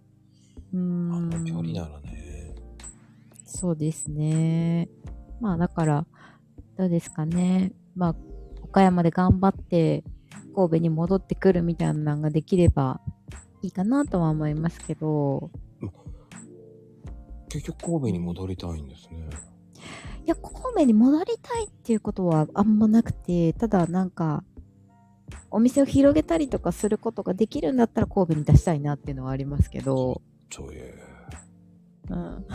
Speaker 2: うー
Speaker 1: あの距離
Speaker 2: ん、
Speaker 1: ならね。
Speaker 2: そうですね。まあ、だから、どうですかね。まあ、岡山で頑張って、神戸に戻ってくるみたいなのができれば、いいかなとは思いますけど、
Speaker 1: 結局神戸に戻りたいんですね。
Speaker 2: いや、神戸に戻りたいっていうことはあんまなくて、ただなんか、お店を広げたりとかすることができるんだったら神戸に出したいなっていうのはありますけど、
Speaker 1: ちょいえ。
Speaker 2: うん、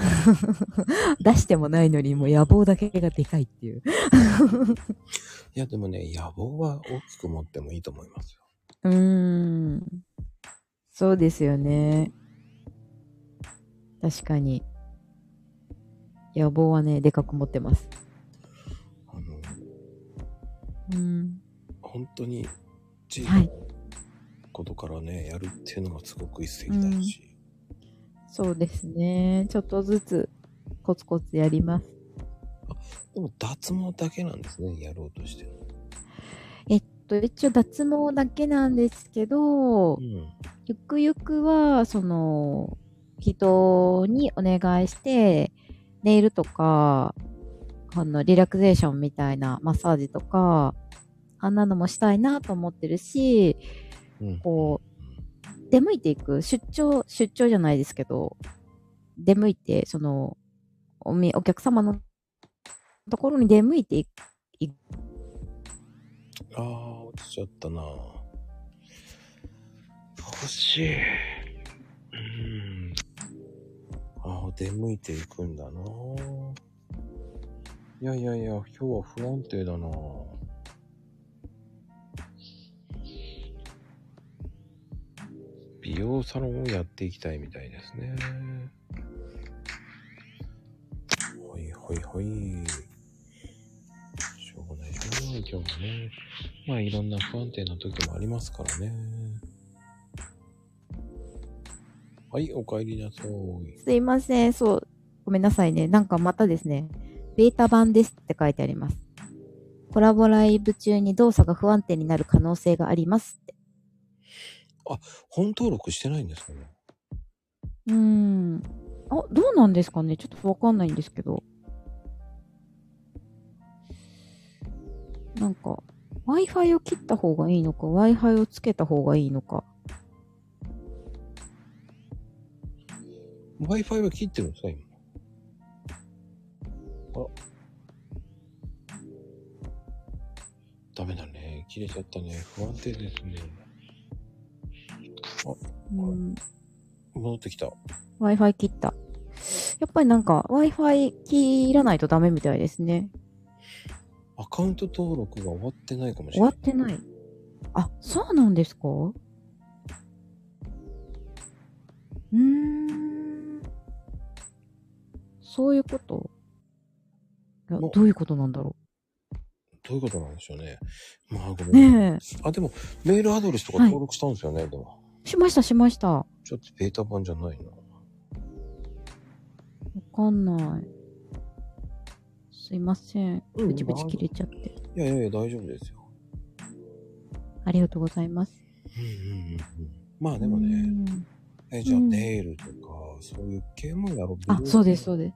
Speaker 2: 出してもないのにもう野望だけがでかいっていう。
Speaker 1: いや、でもね、野望は大きく持ってもいいと思いますよ。
Speaker 2: うーん。そうですよね。確かに。野望はね、でかく持ってます。
Speaker 1: あの、
Speaker 2: うん。
Speaker 1: 本当に、地域
Speaker 2: は
Speaker 1: の
Speaker 2: い
Speaker 1: ことからね、やるっていうのがすごく一石だし、
Speaker 2: そうですね。ちょっとずつコツコツやります。
Speaker 1: でも脱毛だけなんですね、やろうとしてるの。
Speaker 2: と一応脱毛だけなんですけど、
Speaker 1: うん。
Speaker 2: ゆくゆくはその人にお願いしてネイルとかあのリラクゼーションみたいなマッサージとかあんなのもしたいなと思ってるし
Speaker 1: うん。
Speaker 2: こう出向いていく出張出張じゃないですけど出向いてそのおみお客様のところに出向いていく
Speaker 1: ああ、落ちちゃったな欲しい。うん。ああ、出向いていくんだな。いやいやいや、今日は不安定だな。美容サロンをやっていきたいみたいですね。ほいほいほい。しょうがないな、今日もね。まあいろんな不安定な時もありますからね。はい、お帰りなさい。
Speaker 2: すいませんそうごめんなさいねなんかまたですねベータ版ですって書いてありますコラボライブ中に動作が不安定になる可能性がありますって
Speaker 1: 本登録してないんですかね
Speaker 2: うーんあどうなんですかねちょっとわかんないんですけどなんか Wi-Fi を切った方がいいのか Wi-Fi をつけた方がいいのか
Speaker 1: ?Wi-Fi は切ってるんですか今。あら。ダメだね。切れちゃったね。不安定ですね。
Speaker 2: うーん
Speaker 1: 戻ってきた。
Speaker 2: Wi-Fi 切ったやっぱりなんか Wi-Fi 切らないとダメみたいですね
Speaker 1: アカウント登録が終わってないかもし
Speaker 2: 終
Speaker 1: れな
Speaker 2: わ
Speaker 1: い。
Speaker 2: ってない。あ、そうなんですかうーん。そういうこといや
Speaker 1: もう
Speaker 2: どういうことなんだろ
Speaker 1: どういうことなんでしょうね。まあご
Speaker 2: う。
Speaker 1: めん。
Speaker 2: ね
Speaker 1: あ、でも、メールアドレスとか
Speaker 2: はい
Speaker 1: 登録したんですよね、でも。
Speaker 2: え。しました、しました。わ
Speaker 1: ちょっとベータ版じゃないな。
Speaker 2: かんない。すいません。
Speaker 1: うん
Speaker 2: ブチブチ切れちゃって。
Speaker 1: いやいやいや、大丈夫ですよ。
Speaker 2: ありがとうございます。
Speaker 1: うんうんうんうん。まあでもね、
Speaker 2: うん
Speaker 1: えじゃあ
Speaker 2: うん
Speaker 1: ネイルとか、そういう系もやろう。
Speaker 2: あ、そうです、そうです。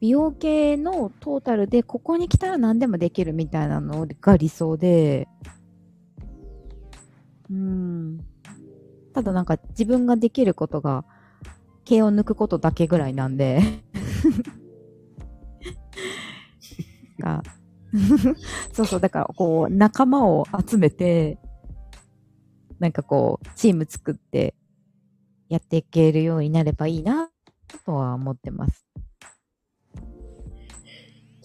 Speaker 2: 美容系のトータルで、ここに来たら何でもできるみたいなのが理想で、うん。ただなんか自分ができることが、毛を抜くことだけぐらいなんで、か、そうそう、だからこう、仲間を集めて、なんかこう、チーム作って、やっていけるようになればいいな、とは思ってます。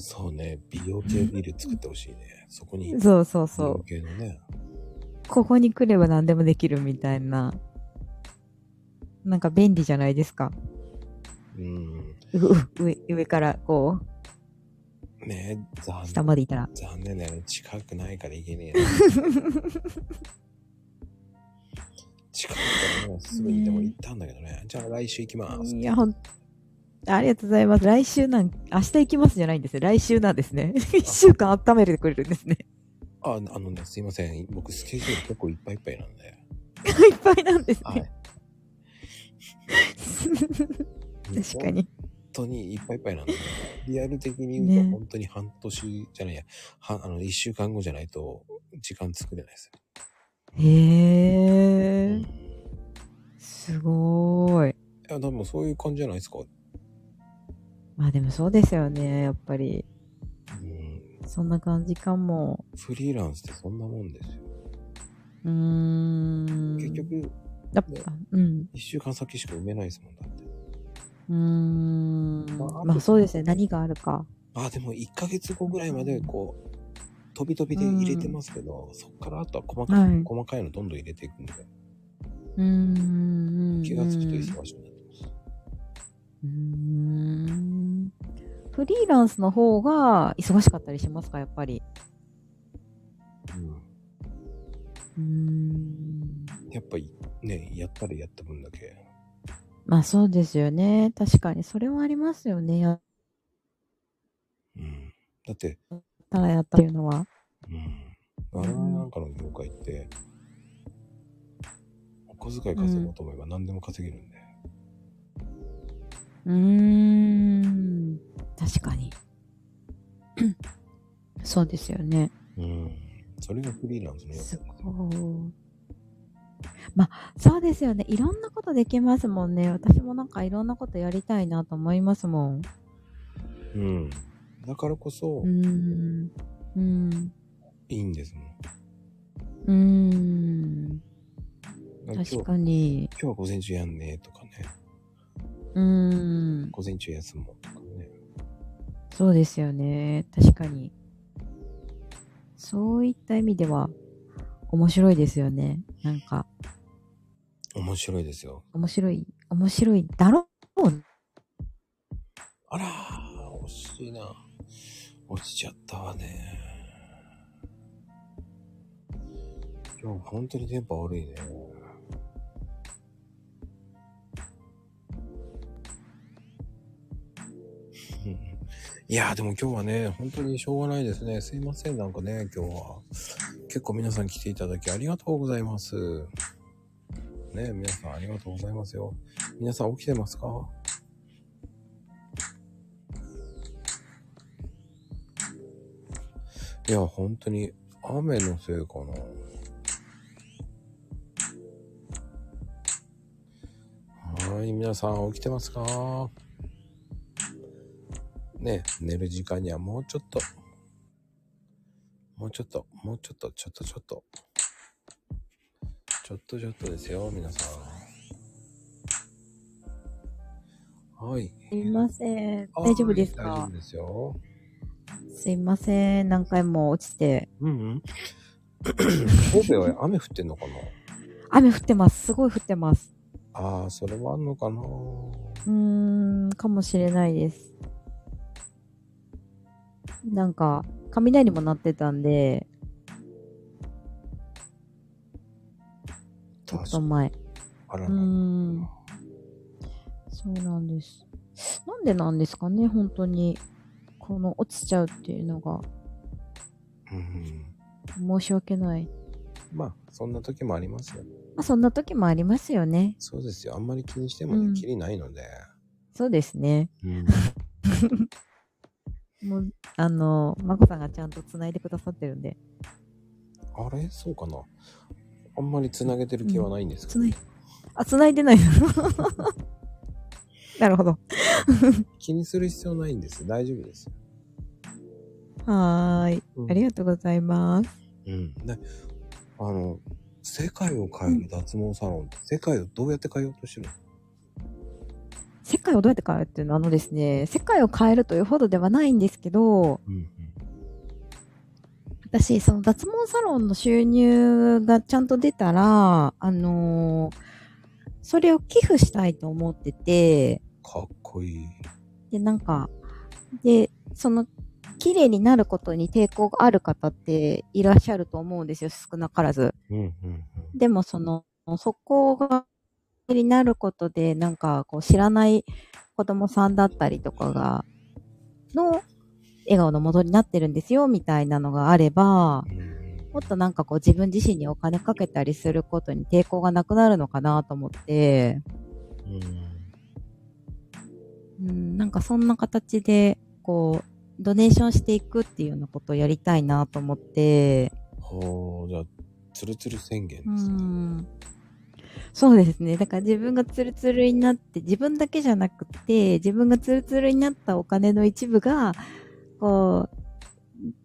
Speaker 1: そうね、美容系ビール作ってほしいね。そこに、美
Speaker 2: そうそう
Speaker 1: 容
Speaker 2: そ
Speaker 1: 系のね。
Speaker 2: う。ここに来れば何でもできるみたいな。なんか便利じゃないですか。
Speaker 1: うん。
Speaker 2: う上上からこ
Speaker 1: ね残
Speaker 2: う、下
Speaker 1: 念。
Speaker 2: までいたら。
Speaker 1: 残念だよね。近くないから行け ねえな近くからもうすぐにでも行ったんだけどね。じゃあ来週行きます。
Speaker 2: いや、ほん、ありがとうございます。来週なん、明日行きますじゃないんですね。来週なんですね。一週間温めてくれるんですね。
Speaker 1: あ、あのね、すいません。僕スケジュール結構いっぱいいっぱいなんで。
Speaker 2: いっぱいなんです
Speaker 1: はい
Speaker 2: ね。。確か。に。
Speaker 1: 本当にいっぱいいっぱいなんで、 リアル的に言う
Speaker 2: ね
Speaker 1: と本当に半年じゃないや、はあの、一週間後じゃないと時間作れないですよ。う
Speaker 2: へえ
Speaker 1: ん、い、
Speaker 2: すごーい。
Speaker 1: や、でもそういう感じじゃないですか。
Speaker 2: まあでもそうですよね、やっぱり。
Speaker 1: うん、
Speaker 2: そんな感じかも。
Speaker 1: フリーランスってそんなもんですよ。
Speaker 2: うーん。
Speaker 1: 結、局、
Speaker 2: やっぱ、うん。
Speaker 1: 一週間先しか埋めないですもんだって。
Speaker 2: うーん
Speaker 1: まあ。
Speaker 2: まあそうですね、何があるか。
Speaker 1: まあでも1ヶ月後ぐらいまでこう、飛び飛びで入れてますけど、そっからあとは細かい、
Speaker 2: はい
Speaker 1: 細かいのどんどん入れていくんで、
Speaker 2: うーん。
Speaker 1: 気がつくと忙しくなってます。
Speaker 2: うーんフリーランスの方が忙しかったりしますか、やっぱり。
Speaker 1: うん
Speaker 2: うーん。
Speaker 1: やっぱりね、やったらやった分だけ。
Speaker 2: まあそうですよね。確かに、それはありますよね。やっ
Speaker 1: うん、だって、
Speaker 2: たらやったっていうのは。
Speaker 1: うん。我々なんかの業界って、お小遣い稼ごうと思えば何でも稼げるんで。
Speaker 2: うーん。確かに。 そうですよね。
Speaker 1: うん。それがフリーランスの良さ
Speaker 2: すごい。まあ、そうですよね。いろんなことできますもんね。私もなんかいろんなことやりたいなと思いますもん。
Speaker 1: うん。だからこそう
Speaker 2: ー、ん。うん。
Speaker 1: いいんですもん。
Speaker 2: うーん。
Speaker 1: 今日
Speaker 2: 確かに。
Speaker 1: 今日は午前中やんねとかね。
Speaker 2: うーん。
Speaker 1: 午前中休もうとかね。
Speaker 2: そうですよね。確かに。そういった意味では、面白いですよね。なんか、
Speaker 1: 面白いですよ。
Speaker 2: 面白い、面白いだろう。
Speaker 1: あらー、惜しいな。落ちちゃったわね。今日本当に電波悪いね。 うんいやーでも今日はね、本当にしょうがないですね。すいません、なんかね、今日は。結構皆さん来ていただきありがとうございます。ね皆さんありがとうございますよ。皆さん起きてますかいや、本当に雨のせいかな。はーい、皆さん起きてますかねえ寝る時間にはもうちょっと。もうちょっと、もうちょっと、ちょっとちょっと。ちょっとちょっとですよ、皆さん。はい。
Speaker 2: すいません。
Speaker 1: あ
Speaker 2: 大丈夫です
Speaker 1: 大丈
Speaker 2: か
Speaker 1: 夫ですよ。
Speaker 2: すいません。何回も落ちて。
Speaker 1: うんうん。神戸は雨降ってんのかな
Speaker 2: 雨降ってます。すごい降ってます。
Speaker 1: ああ、それはあんのかな
Speaker 2: うーん、かもしれないです。なんか、雷も鳴ってたんで、ちょっと前。
Speaker 1: あら
Speaker 2: うー
Speaker 1: ら。
Speaker 2: ん。そうなんです。なんでなんですかね、本当に。この落ちちゃうっていうのが
Speaker 1: うん。
Speaker 2: 申し訳ない。
Speaker 1: まあ、そんな時もありますよ。
Speaker 2: まあそんな時もありますよね。
Speaker 1: そうですよ。あんまり気にしてもね、
Speaker 2: うん
Speaker 1: きりないので。
Speaker 2: そうですね。
Speaker 1: うん。
Speaker 2: もう、あの、まこさんがちゃんと繋いでくださってるんで。
Speaker 1: あれそうかなあんまり繋げてる気はないんですけど、
Speaker 2: 繋い、あ、繋いでない。 なるほど。
Speaker 1: 気にする必要ないんです。大丈夫ですよ。
Speaker 2: はーい。ありがとうございます。
Speaker 1: うん。で、あの、世界を変える脱毛サロンって、世界をどうやって変えようとしてるの
Speaker 2: 世界をどうやって変えるっていうのは、あのですね、世界を変えるというほどではないんですけど、
Speaker 1: うん。
Speaker 2: 私、その脱毛サロンの収入がちゃんと出たら、あのーそれを寄付したいと思ってて、
Speaker 1: かっこいい。
Speaker 2: で、なんか、で、その、綺麗になることに抵抗がある方っていらっしゃると思うんですよ、少なからず。
Speaker 1: うんうん
Speaker 2: でもその、そこが、になることで、なんか、こう、知らない子供さんだったりとかが、の、笑顔の元になってるんですよ、みたいなのがあれば、
Speaker 1: うん。うん
Speaker 2: もっとなんかこう、自分自身にお金かけたりすることに抵抗がなくなるのかなと思って、
Speaker 1: うん
Speaker 2: うん、なんかそんな形で、こう、ドネーションしていくっていうようなことをやりたいなと思って、
Speaker 1: ほう、じゃあ、つるつる宣言
Speaker 2: う
Speaker 1: ですね。
Speaker 2: んそうですね。だから自分がツルツルになって、自分だけじゃなくて、自分がツルツルになったお金の一部が、こう、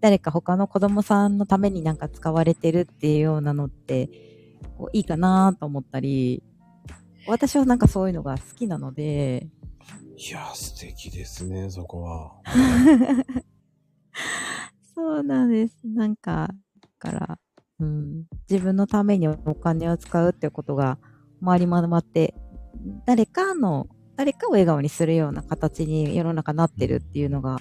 Speaker 2: 誰か他の子供さんのためになんか使われてるっていうようなのって、こういいかなと思ったり、私はなんかそういうのが好きなので、
Speaker 1: いや、素敵ですね、そこは。
Speaker 2: そうなんです。なんか、だから、うん、自分のためにお金を使うっていうことが回り回って、誰かの、誰かを笑顔にするような形に世の中なってるっていうのが、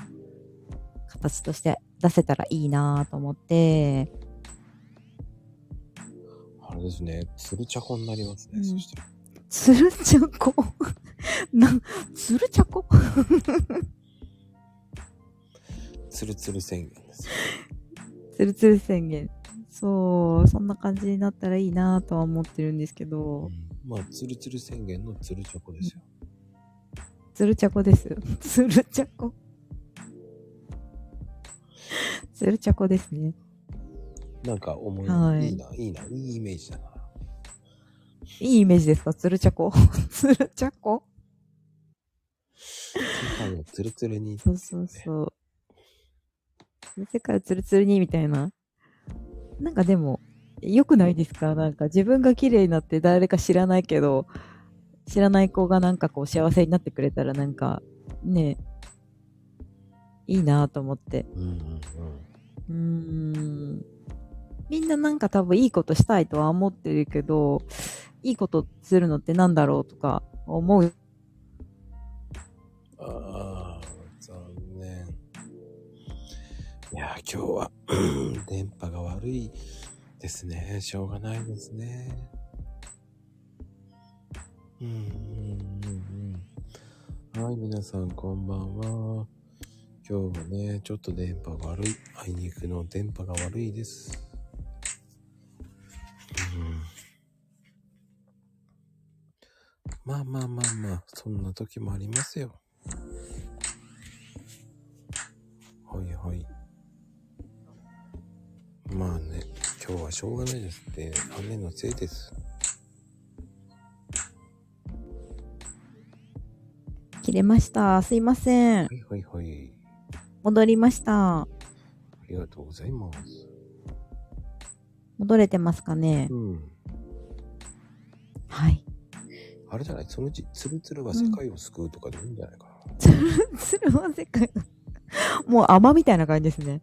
Speaker 2: 形として出せたらいいなと思って、
Speaker 1: あれですね、つるちゃこになりますね、
Speaker 2: うん
Speaker 1: そして。
Speaker 2: つるちゃこ。な、つるちゃこ
Speaker 1: つるつる宣言ですよ。
Speaker 2: つるつる宣言。そう、そんな感じになったらいいなとは思ってるんですけど、
Speaker 1: まあ、つるつる宣言のつるチョコですよ。
Speaker 2: つるちゃこです。つるちゃこ。つるちゃこですね。
Speaker 1: なんか思い、
Speaker 2: はい
Speaker 1: い、いな、いいな、いいイメージだな。
Speaker 2: いいイメージですかつるちゃこ。つるちゃこ
Speaker 1: 世界をつるつるに。
Speaker 2: そうそうそう。世界をつるつるにみたいな。なんかでも、良くないですかなんか自分が綺麗になって誰か知らないけど、知らない子がなんかこう幸せになってくれたらなんか、ねいいなと思って。
Speaker 1: うんうんうん。
Speaker 2: うーんみんななんか多分いいことしたいとは思ってるけど、いいことするのってなんだろうとか思う。
Speaker 1: ああ、残念。いや、今日は、電波が悪いですね。しょうがないですね。うんうんうんうん。はい、皆さんこんばんは。今日はね、ちょっと電波が悪い。あいにくの電波が悪いです。うんまあまあまあまあ、そんな時もありますよ。はいはい。まあね、今日はしょうがないですって、雨のせいです。
Speaker 2: 切れました。すいません
Speaker 1: は。いはいはい。
Speaker 2: 戻りました。
Speaker 1: ありがとうございます。
Speaker 2: 戻れてますかね
Speaker 1: うん。
Speaker 2: はい。
Speaker 1: あれじゃないそのうち、ツルツルは世界を救うとかでもいいんじゃないかな。
Speaker 2: つるは世界が。もう甘みたいな感じですね。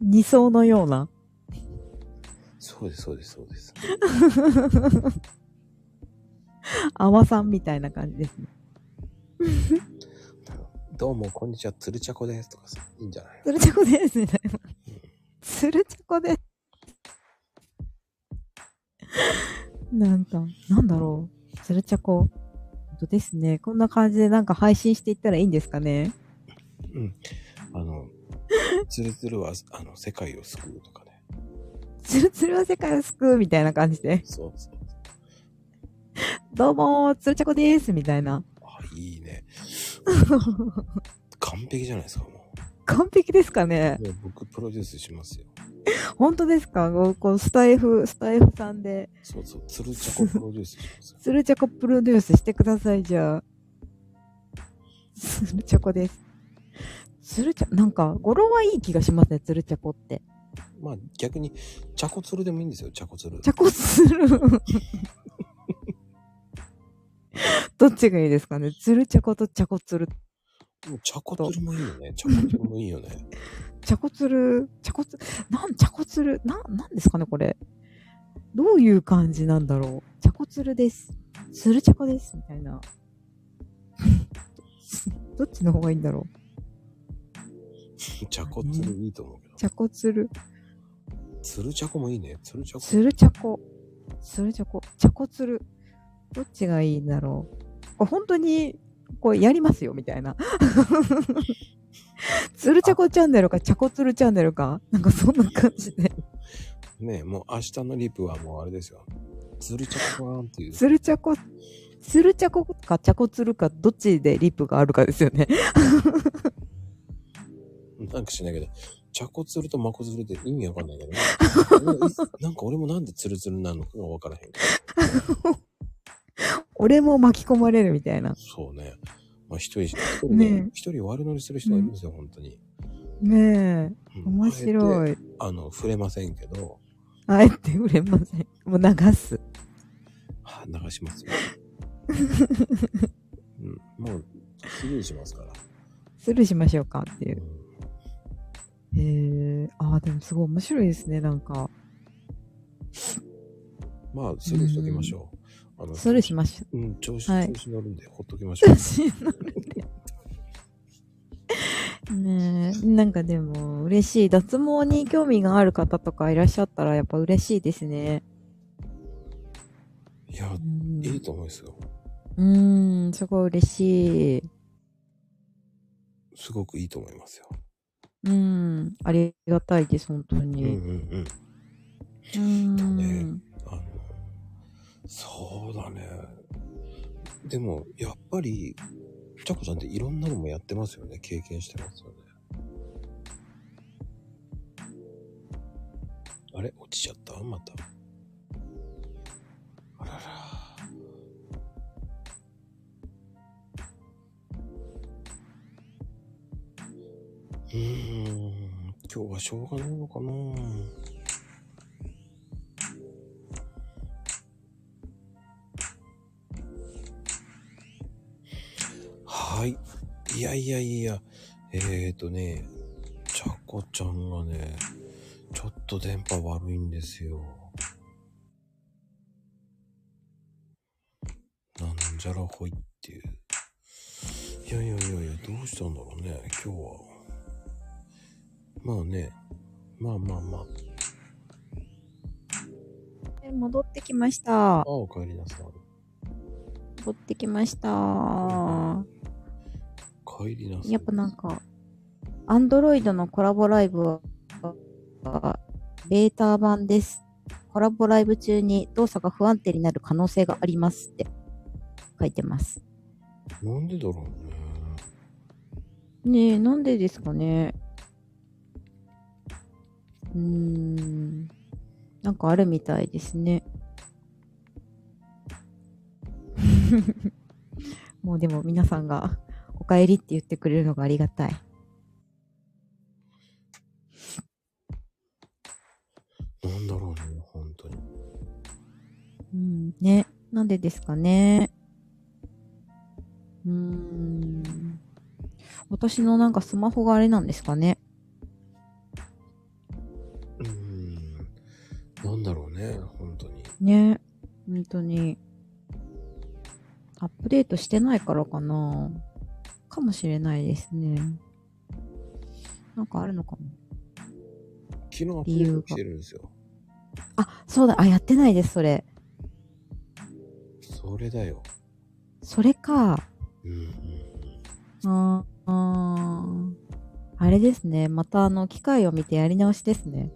Speaker 2: 二層のような。
Speaker 1: そうですそうですそうです。
Speaker 2: 甘さんみたいな感じですね。
Speaker 1: どうも、こんにちは、つるちゃこですとかさ、いいんじゃない
Speaker 2: つるちゃこですみたいな。つるちゃこです。なんか、なんだろう。つるちゃこ。本当ですね。こんな感じでなんか配信していったらいいんですかね。
Speaker 1: あの、つるつるは、あの、世界を救うとかね。
Speaker 2: つるつるは世界を救うみたいな感じで。
Speaker 1: そうそう。
Speaker 2: どうもー、つるちゃこですみたいな。
Speaker 1: あ、いいね。 完璧じゃないですか、も
Speaker 2: 完璧ですかね
Speaker 1: う。。もう僕プロデュースしますよ。
Speaker 2: 本当ですかこうこうスタイフ、スタイフさんで、
Speaker 1: そうそう、つるちゃこプロデュースします よ。
Speaker 2: つるちゃこプロデュースしてください、じゃあ。つるちゃこです。つるちゃ、なんか語呂はいい気がしますね、つるちゃこって。
Speaker 1: まあ逆に、茶こつるでもいいんですよ、茶こつる。
Speaker 2: ちゃこつる。 どっちがいいですかねつるちゃことちゃこつる。
Speaker 1: もう茶こつるもいいよね。茶こつるもいいよね。
Speaker 2: ちゃこつる、ちゃこつ、なん、ちゃこつる、な、なんですかね、これ。どういう感じなんだろう。ちゃこつるです。つるちゃこです、みたいな。 どっちの方がいいんだろ
Speaker 1: 茶こつるいいと思うけど
Speaker 2: う。ち。ゃこつる、
Speaker 1: つる茶こもいいね。つる茶こ。
Speaker 2: つるちゃこ、つるちゃこ、ちゃこつる。どっちがいいんだろう。これ本当に、こうやりますよ、みたいな。つるちゃこチャンネルか、ちゃこつるチャンネルか。なんかそんな感じで。
Speaker 1: ねもう明日のリプはもうあれですよ。つる茶こわーんっていう。
Speaker 2: つるちゃこ、つるちゃこかちゃこつるか、どっちでリップがあるかですよね。
Speaker 1: なんかしないけど、茶こつるとまこつるって意味わかんないけど ね。なんか俺もなんでつるつるなのかがわからへんけど。
Speaker 2: 俺も巻き込まれるみたいな。
Speaker 1: そうね。まあ一人、一人ね
Speaker 2: ねえ
Speaker 1: 一人悪乗りする人がいるんですよ、本当に。
Speaker 2: ねえ、
Speaker 1: うん
Speaker 2: 面白
Speaker 1: あえて
Speaker 2: い。
Speaker 1: あの、触れませんけど、
Speaker 2: あえて売れません。もう流す。
Speaker 1: はあ流します よ。うん、もう、スルーしますから。
Speaker 2: スルーしましょうかっていうう。
Speaker 1: ん
Speaker 2: えー、ああ、でもすごい面白いですね、なんか。
Speaker 1: まあ、スルーしときましょう。あの
Speaker 2: スルーしましょ
Speaker 1: うん、調子、
Speaker 2: はい
Speaker 1: 調子乗るんで、ほっときましょ
Speaker 2: う。
Speaker 1: う。
Speaker 2: スルーしなく てねえ、なんかでも嬉しい。脱毛に興味がある方とかいらっしゃったらやっぱ嬉しいですね。
Speaker 1: いや
Speaker 2: う、ん
Speaker 1: いいと思うんですよ。
Speaker 2: うーん、すごい嬉しい。
Speaker 1: すごくいいと思いますよ。
Speaker 2: うん、ありがたいです、本当
Speaker 1: うんうん
Speaker 2: に。
Speaker 1: うん。
Speaker 2: う
Speaker 1: ね
Speaker 2: ん。
Speaker 1: あの、そうだね。でも、やっぱり、ちゃこちゃんっていろんなのもやってますよね。経験してますよね。あれ落ちちゃったまた。あらら。うーん、今日はしょうがないのかなはい。いやいやいや、えーとね、ちゃこちゃんがね、ちょっと電波悪いんですよ。なんじゃらほいっていう。いやいやいやいや、どうしたんだろうね、今日は。まあね、まあまあまあ。
Speaker 2: で戻ってきました
Speaker 1: あ、。おかえりなさい。
Speaker 2: 戻ってきました。
Speaker 1: 帰りなさい。
Speaker 2: やっぱなんか、アンドロイドのコラボライブは、ベータ版です。コラボライブ中に動作が不安定になる可能性がありますって書いてます。
Speaker 1: なんでだろうね。
Speaker 2: ねえ、なんでですかね。うーん。なんかあるみたいですね。 もうでも皆さんが、おかえりって言ってくれるのがありがたい。
Speaker 1: なんだろうね、本当に。
Speaker 2: うん、ね。なんでですかね。うーん。私のなんかスマホがあれなんですかね。
Speaker 1: うーん。なんだろうね、本当に。
Speaker 2: ね。本当に。アップデートしてないからかな。かもしれないですね。なんかあるのかも。
Speaker 1: 昨日アップデートしてるんですよ。
Speaker 2: あ、そうだ。あ、やってないです、それ。
Speaker 1: それだよ。
Speaker 2: それか。
Speaker 1: うんうんうん。
Speaker 2: あーあー。あれですね。またあの、機械を見てやり直しですね。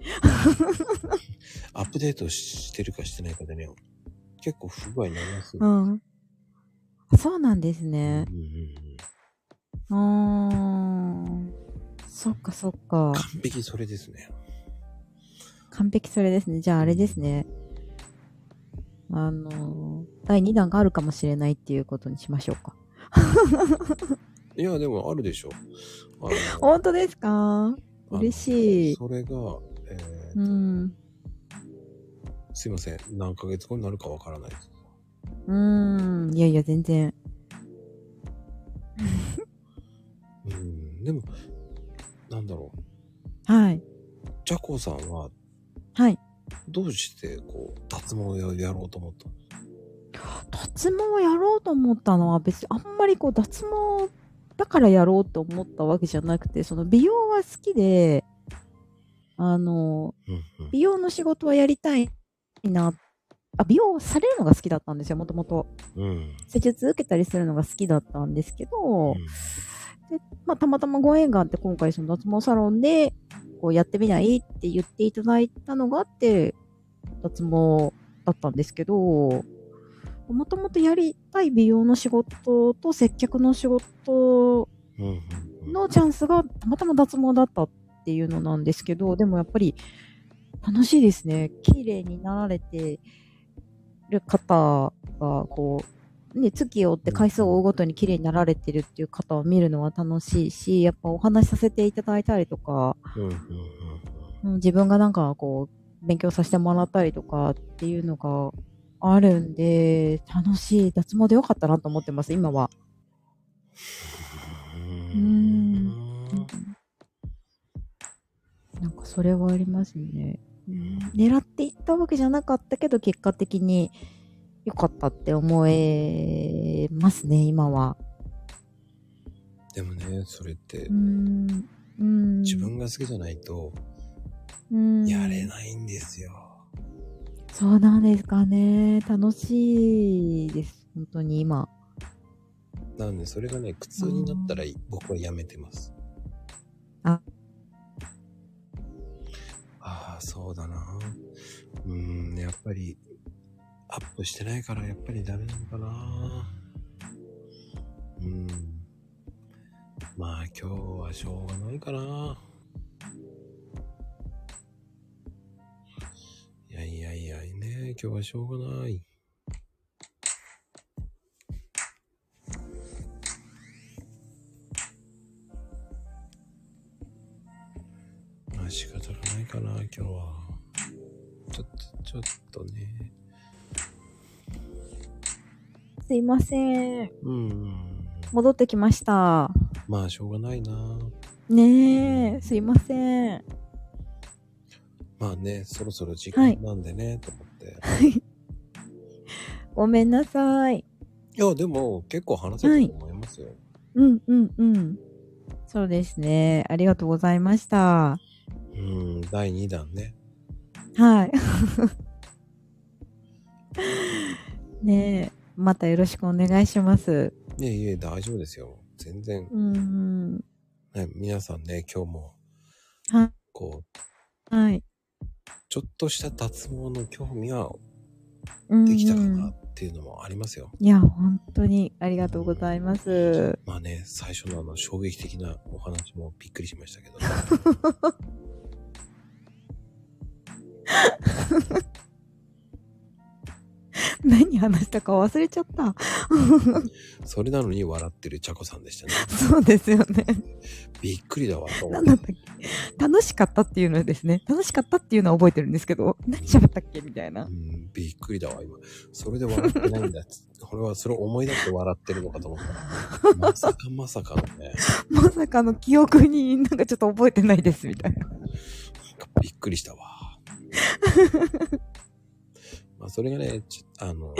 Speaker 1: アップデートしてるかしてないかでね、結構不具合になりますよ。
Speaker 2: うん。そうなんです
Speaker 1: うんうん
Speaker 2: ね。
Speaker 1: うん
Speaker 2: うーん。そっかそっか。
Speaker 1: 完璧それですね。
Speaker 2: 完璧それですね。じゃああれですね。あのー、第2弾があるかもしれないっていうことにしましょうか。
Speaker 1: いいや、でもあるでしょ。あの
Speaker 2: 本当ですか
Speaker 1: あの
Speaker 2: 嬉しい
Speaker 1: それが、えー
Speaker 2: うん。
Speaker 1: すいません。何ヶ月後になるかわからないです。
Speaker 2: うん。いやいや、全然。
Speaker 1: うん。でも、なんだろう。
Speaker 2: はい。
Speaker 1: ジャコさんは、
Speaker 2: はい。
Speaker 1: どうして、こう、脱毛をやろうと思ったの
Speaker 2: 脱毛をやろうと思ったのは別にあんまりこう脱毛だからやろうと思ったわけじゃなくてその美容は好きであの
Speaker 1: うんうん
Speaker 2: 美容の仕事はやりたいなあ美容されるのが好きだったんですよもともと
Speaker 1: うん。
Speaker 2: 施術受けたりするのが好きだったんですけど、
Speaker 1: うん
Speaker 2: まあ、たまたまご縁があって今回その脱毛サロンでこうやってみないって言っていただいたのがあって脱毛だったんですけどもともとやりたい美容の仕事と接客の仕事
Speaker 1: うんうんうん
Speaker 2: のチャンスがたまたま脱毛だったっていうのなんですけどでもやっぱり楽しいですね綺麗になられてる方がこう、ね、月を追って回数を追うごとに綺麗になられてるっていう方を見るのは楽しいしやっぱお話しさせていただいたりとか、
Speaker 1: うんうん
Speaker 2: うん自分がなんかこう勉強させてもらったりとかっていうのがあるんで楽しい脱毛でよかったなと思ってます今は。
Speaker 1: うんうん
Speaker 2: なんかそれはありますね。狙っていったわけじゃなかったけど、結果的に良かったって思えますね、今は。
Speaker 1: でもね、それって
Speaker 2: う、ん。うん。
Speaker 1: 自分が好きじゃないと、
Speaker 2: うん
Speaker 1: やれないんですよ。
Speaker 2: そうなんですかね。楽しいです。本当に今。
Speaker 1: なんで、それがね、苦痛になったらい、僕はやめてます。
Speaker 2: あ。
Speaker 1: ああ、そうだな。うん、やっぱり、アップしてないから、やっぱりダメなのかな。うん。まあ、今日はしょうがないかな。いやいやいや、ね、今日はしょうがない。まあ仕方がないかな、今日は。ちょっと、ちょっとね。
Speaker 2: すいません。
Speaker 1: うん。
Speaker 2: 戻ってきました。
Speaker 1: まあ、しょうがないな。
Speaker 2: ねえ、すいません。
Speaker 1: まあね、そろそろ時間なんでね、と思って。
Speaker 2: ごめんなさい。
Speaker 1: いや、でも、結構話せると思いますよ。
Speaker 2: うんうんうん。そうですね。ありがとうございました。
Speaker 1: うん、第2弾ね。
Speaker 2: はい。ねえ、またよろしくお願いします。
Speaker 1: いえいえ、大丈夫ですよ。全然、
Speaker 2: うん。
Speaker 1: ね、皆さんね、今日も、
Speaker 2: は、
Speaker 1: こう、
Speaker 2: はい。
Speaker 1: ちょっとした脱毛の興味は
Speaker 2: うんうん
Speaker 1: できたかなっていうのもありますよ。
Speaker 2: いや、本当にありがとうございます。
Speaker 1: まあね、最初のあの衝撃的なお話もびっくりしましたけど。
Speaker 2: 何話したか忘れちゃった。
Speaker 1: それなのに笑ってるちゃこさんでしたね。
Speaker 2: そうですよね。
Speaker 1: びっくりだわ。と思
Speaker 2: な
Speaker 1: っ
Speaker 2: ん
Speaker 1: て
Speaker 2: だったっけ楽しかったっていうのですね。楽しかったっていうのは覚えてるんですけど、何喋ったっけみたいな
Speaker 1: う。ん、びっくりだわ、今。それで笑ってないんだっつ。これはそれを思い出して笑ってるのかと思った ら。まさかまさかのね。
Speaker 2: まさかの記憶になんかちょっと覚えてないですみたいな。
Speaker 1: びっくりしたわ。まあ、それがね、ちあの、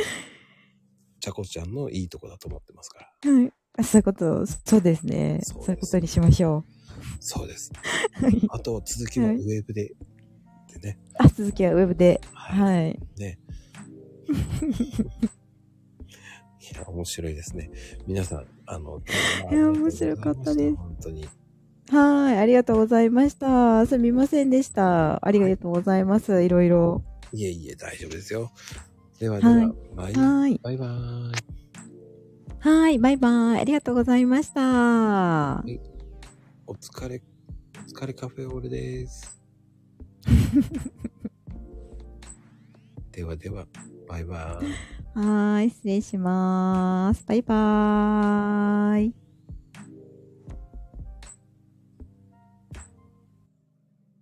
Speaker 1: ちゃこちゃんのいいとこだと思ってますから。
Speaker 2: はいあ。そういうこと、そうですね。
Speaker 1: そうです
Speaker 2: そういうことにしましょ
Speaker 1: そうです。
Speaker 2: う。はい。
Speaker 1: あと、続きはウェブで、でね。
Speaker 2: あ、続きはウェブで。
Speaker 1: い。
Speaker 2: はい。
Speaker 1: ね。 いや、面白いですね。皆さん、あの、
Speaker 2: いや面白かったです
Speaker 1: 本当に。
Speaker 2: はい。ありがとうございました。すみませんでした。ありがとうございます。いろいろ。
Speaker 1: いえいえ、大丈夫ですよ。ではでは、
Speaker 2: はい
Speaker 1: バイ
Speaker 2: はい。
Speaker 1: バイバーイ。
Speaker 2: はい。バイバイ。ありがとうございました。は
Speaker 1: お疲れ、お疲れカフェオレ です。ではでは、バイバーイ。
Speaker 2: い。失礼します。バイバイ。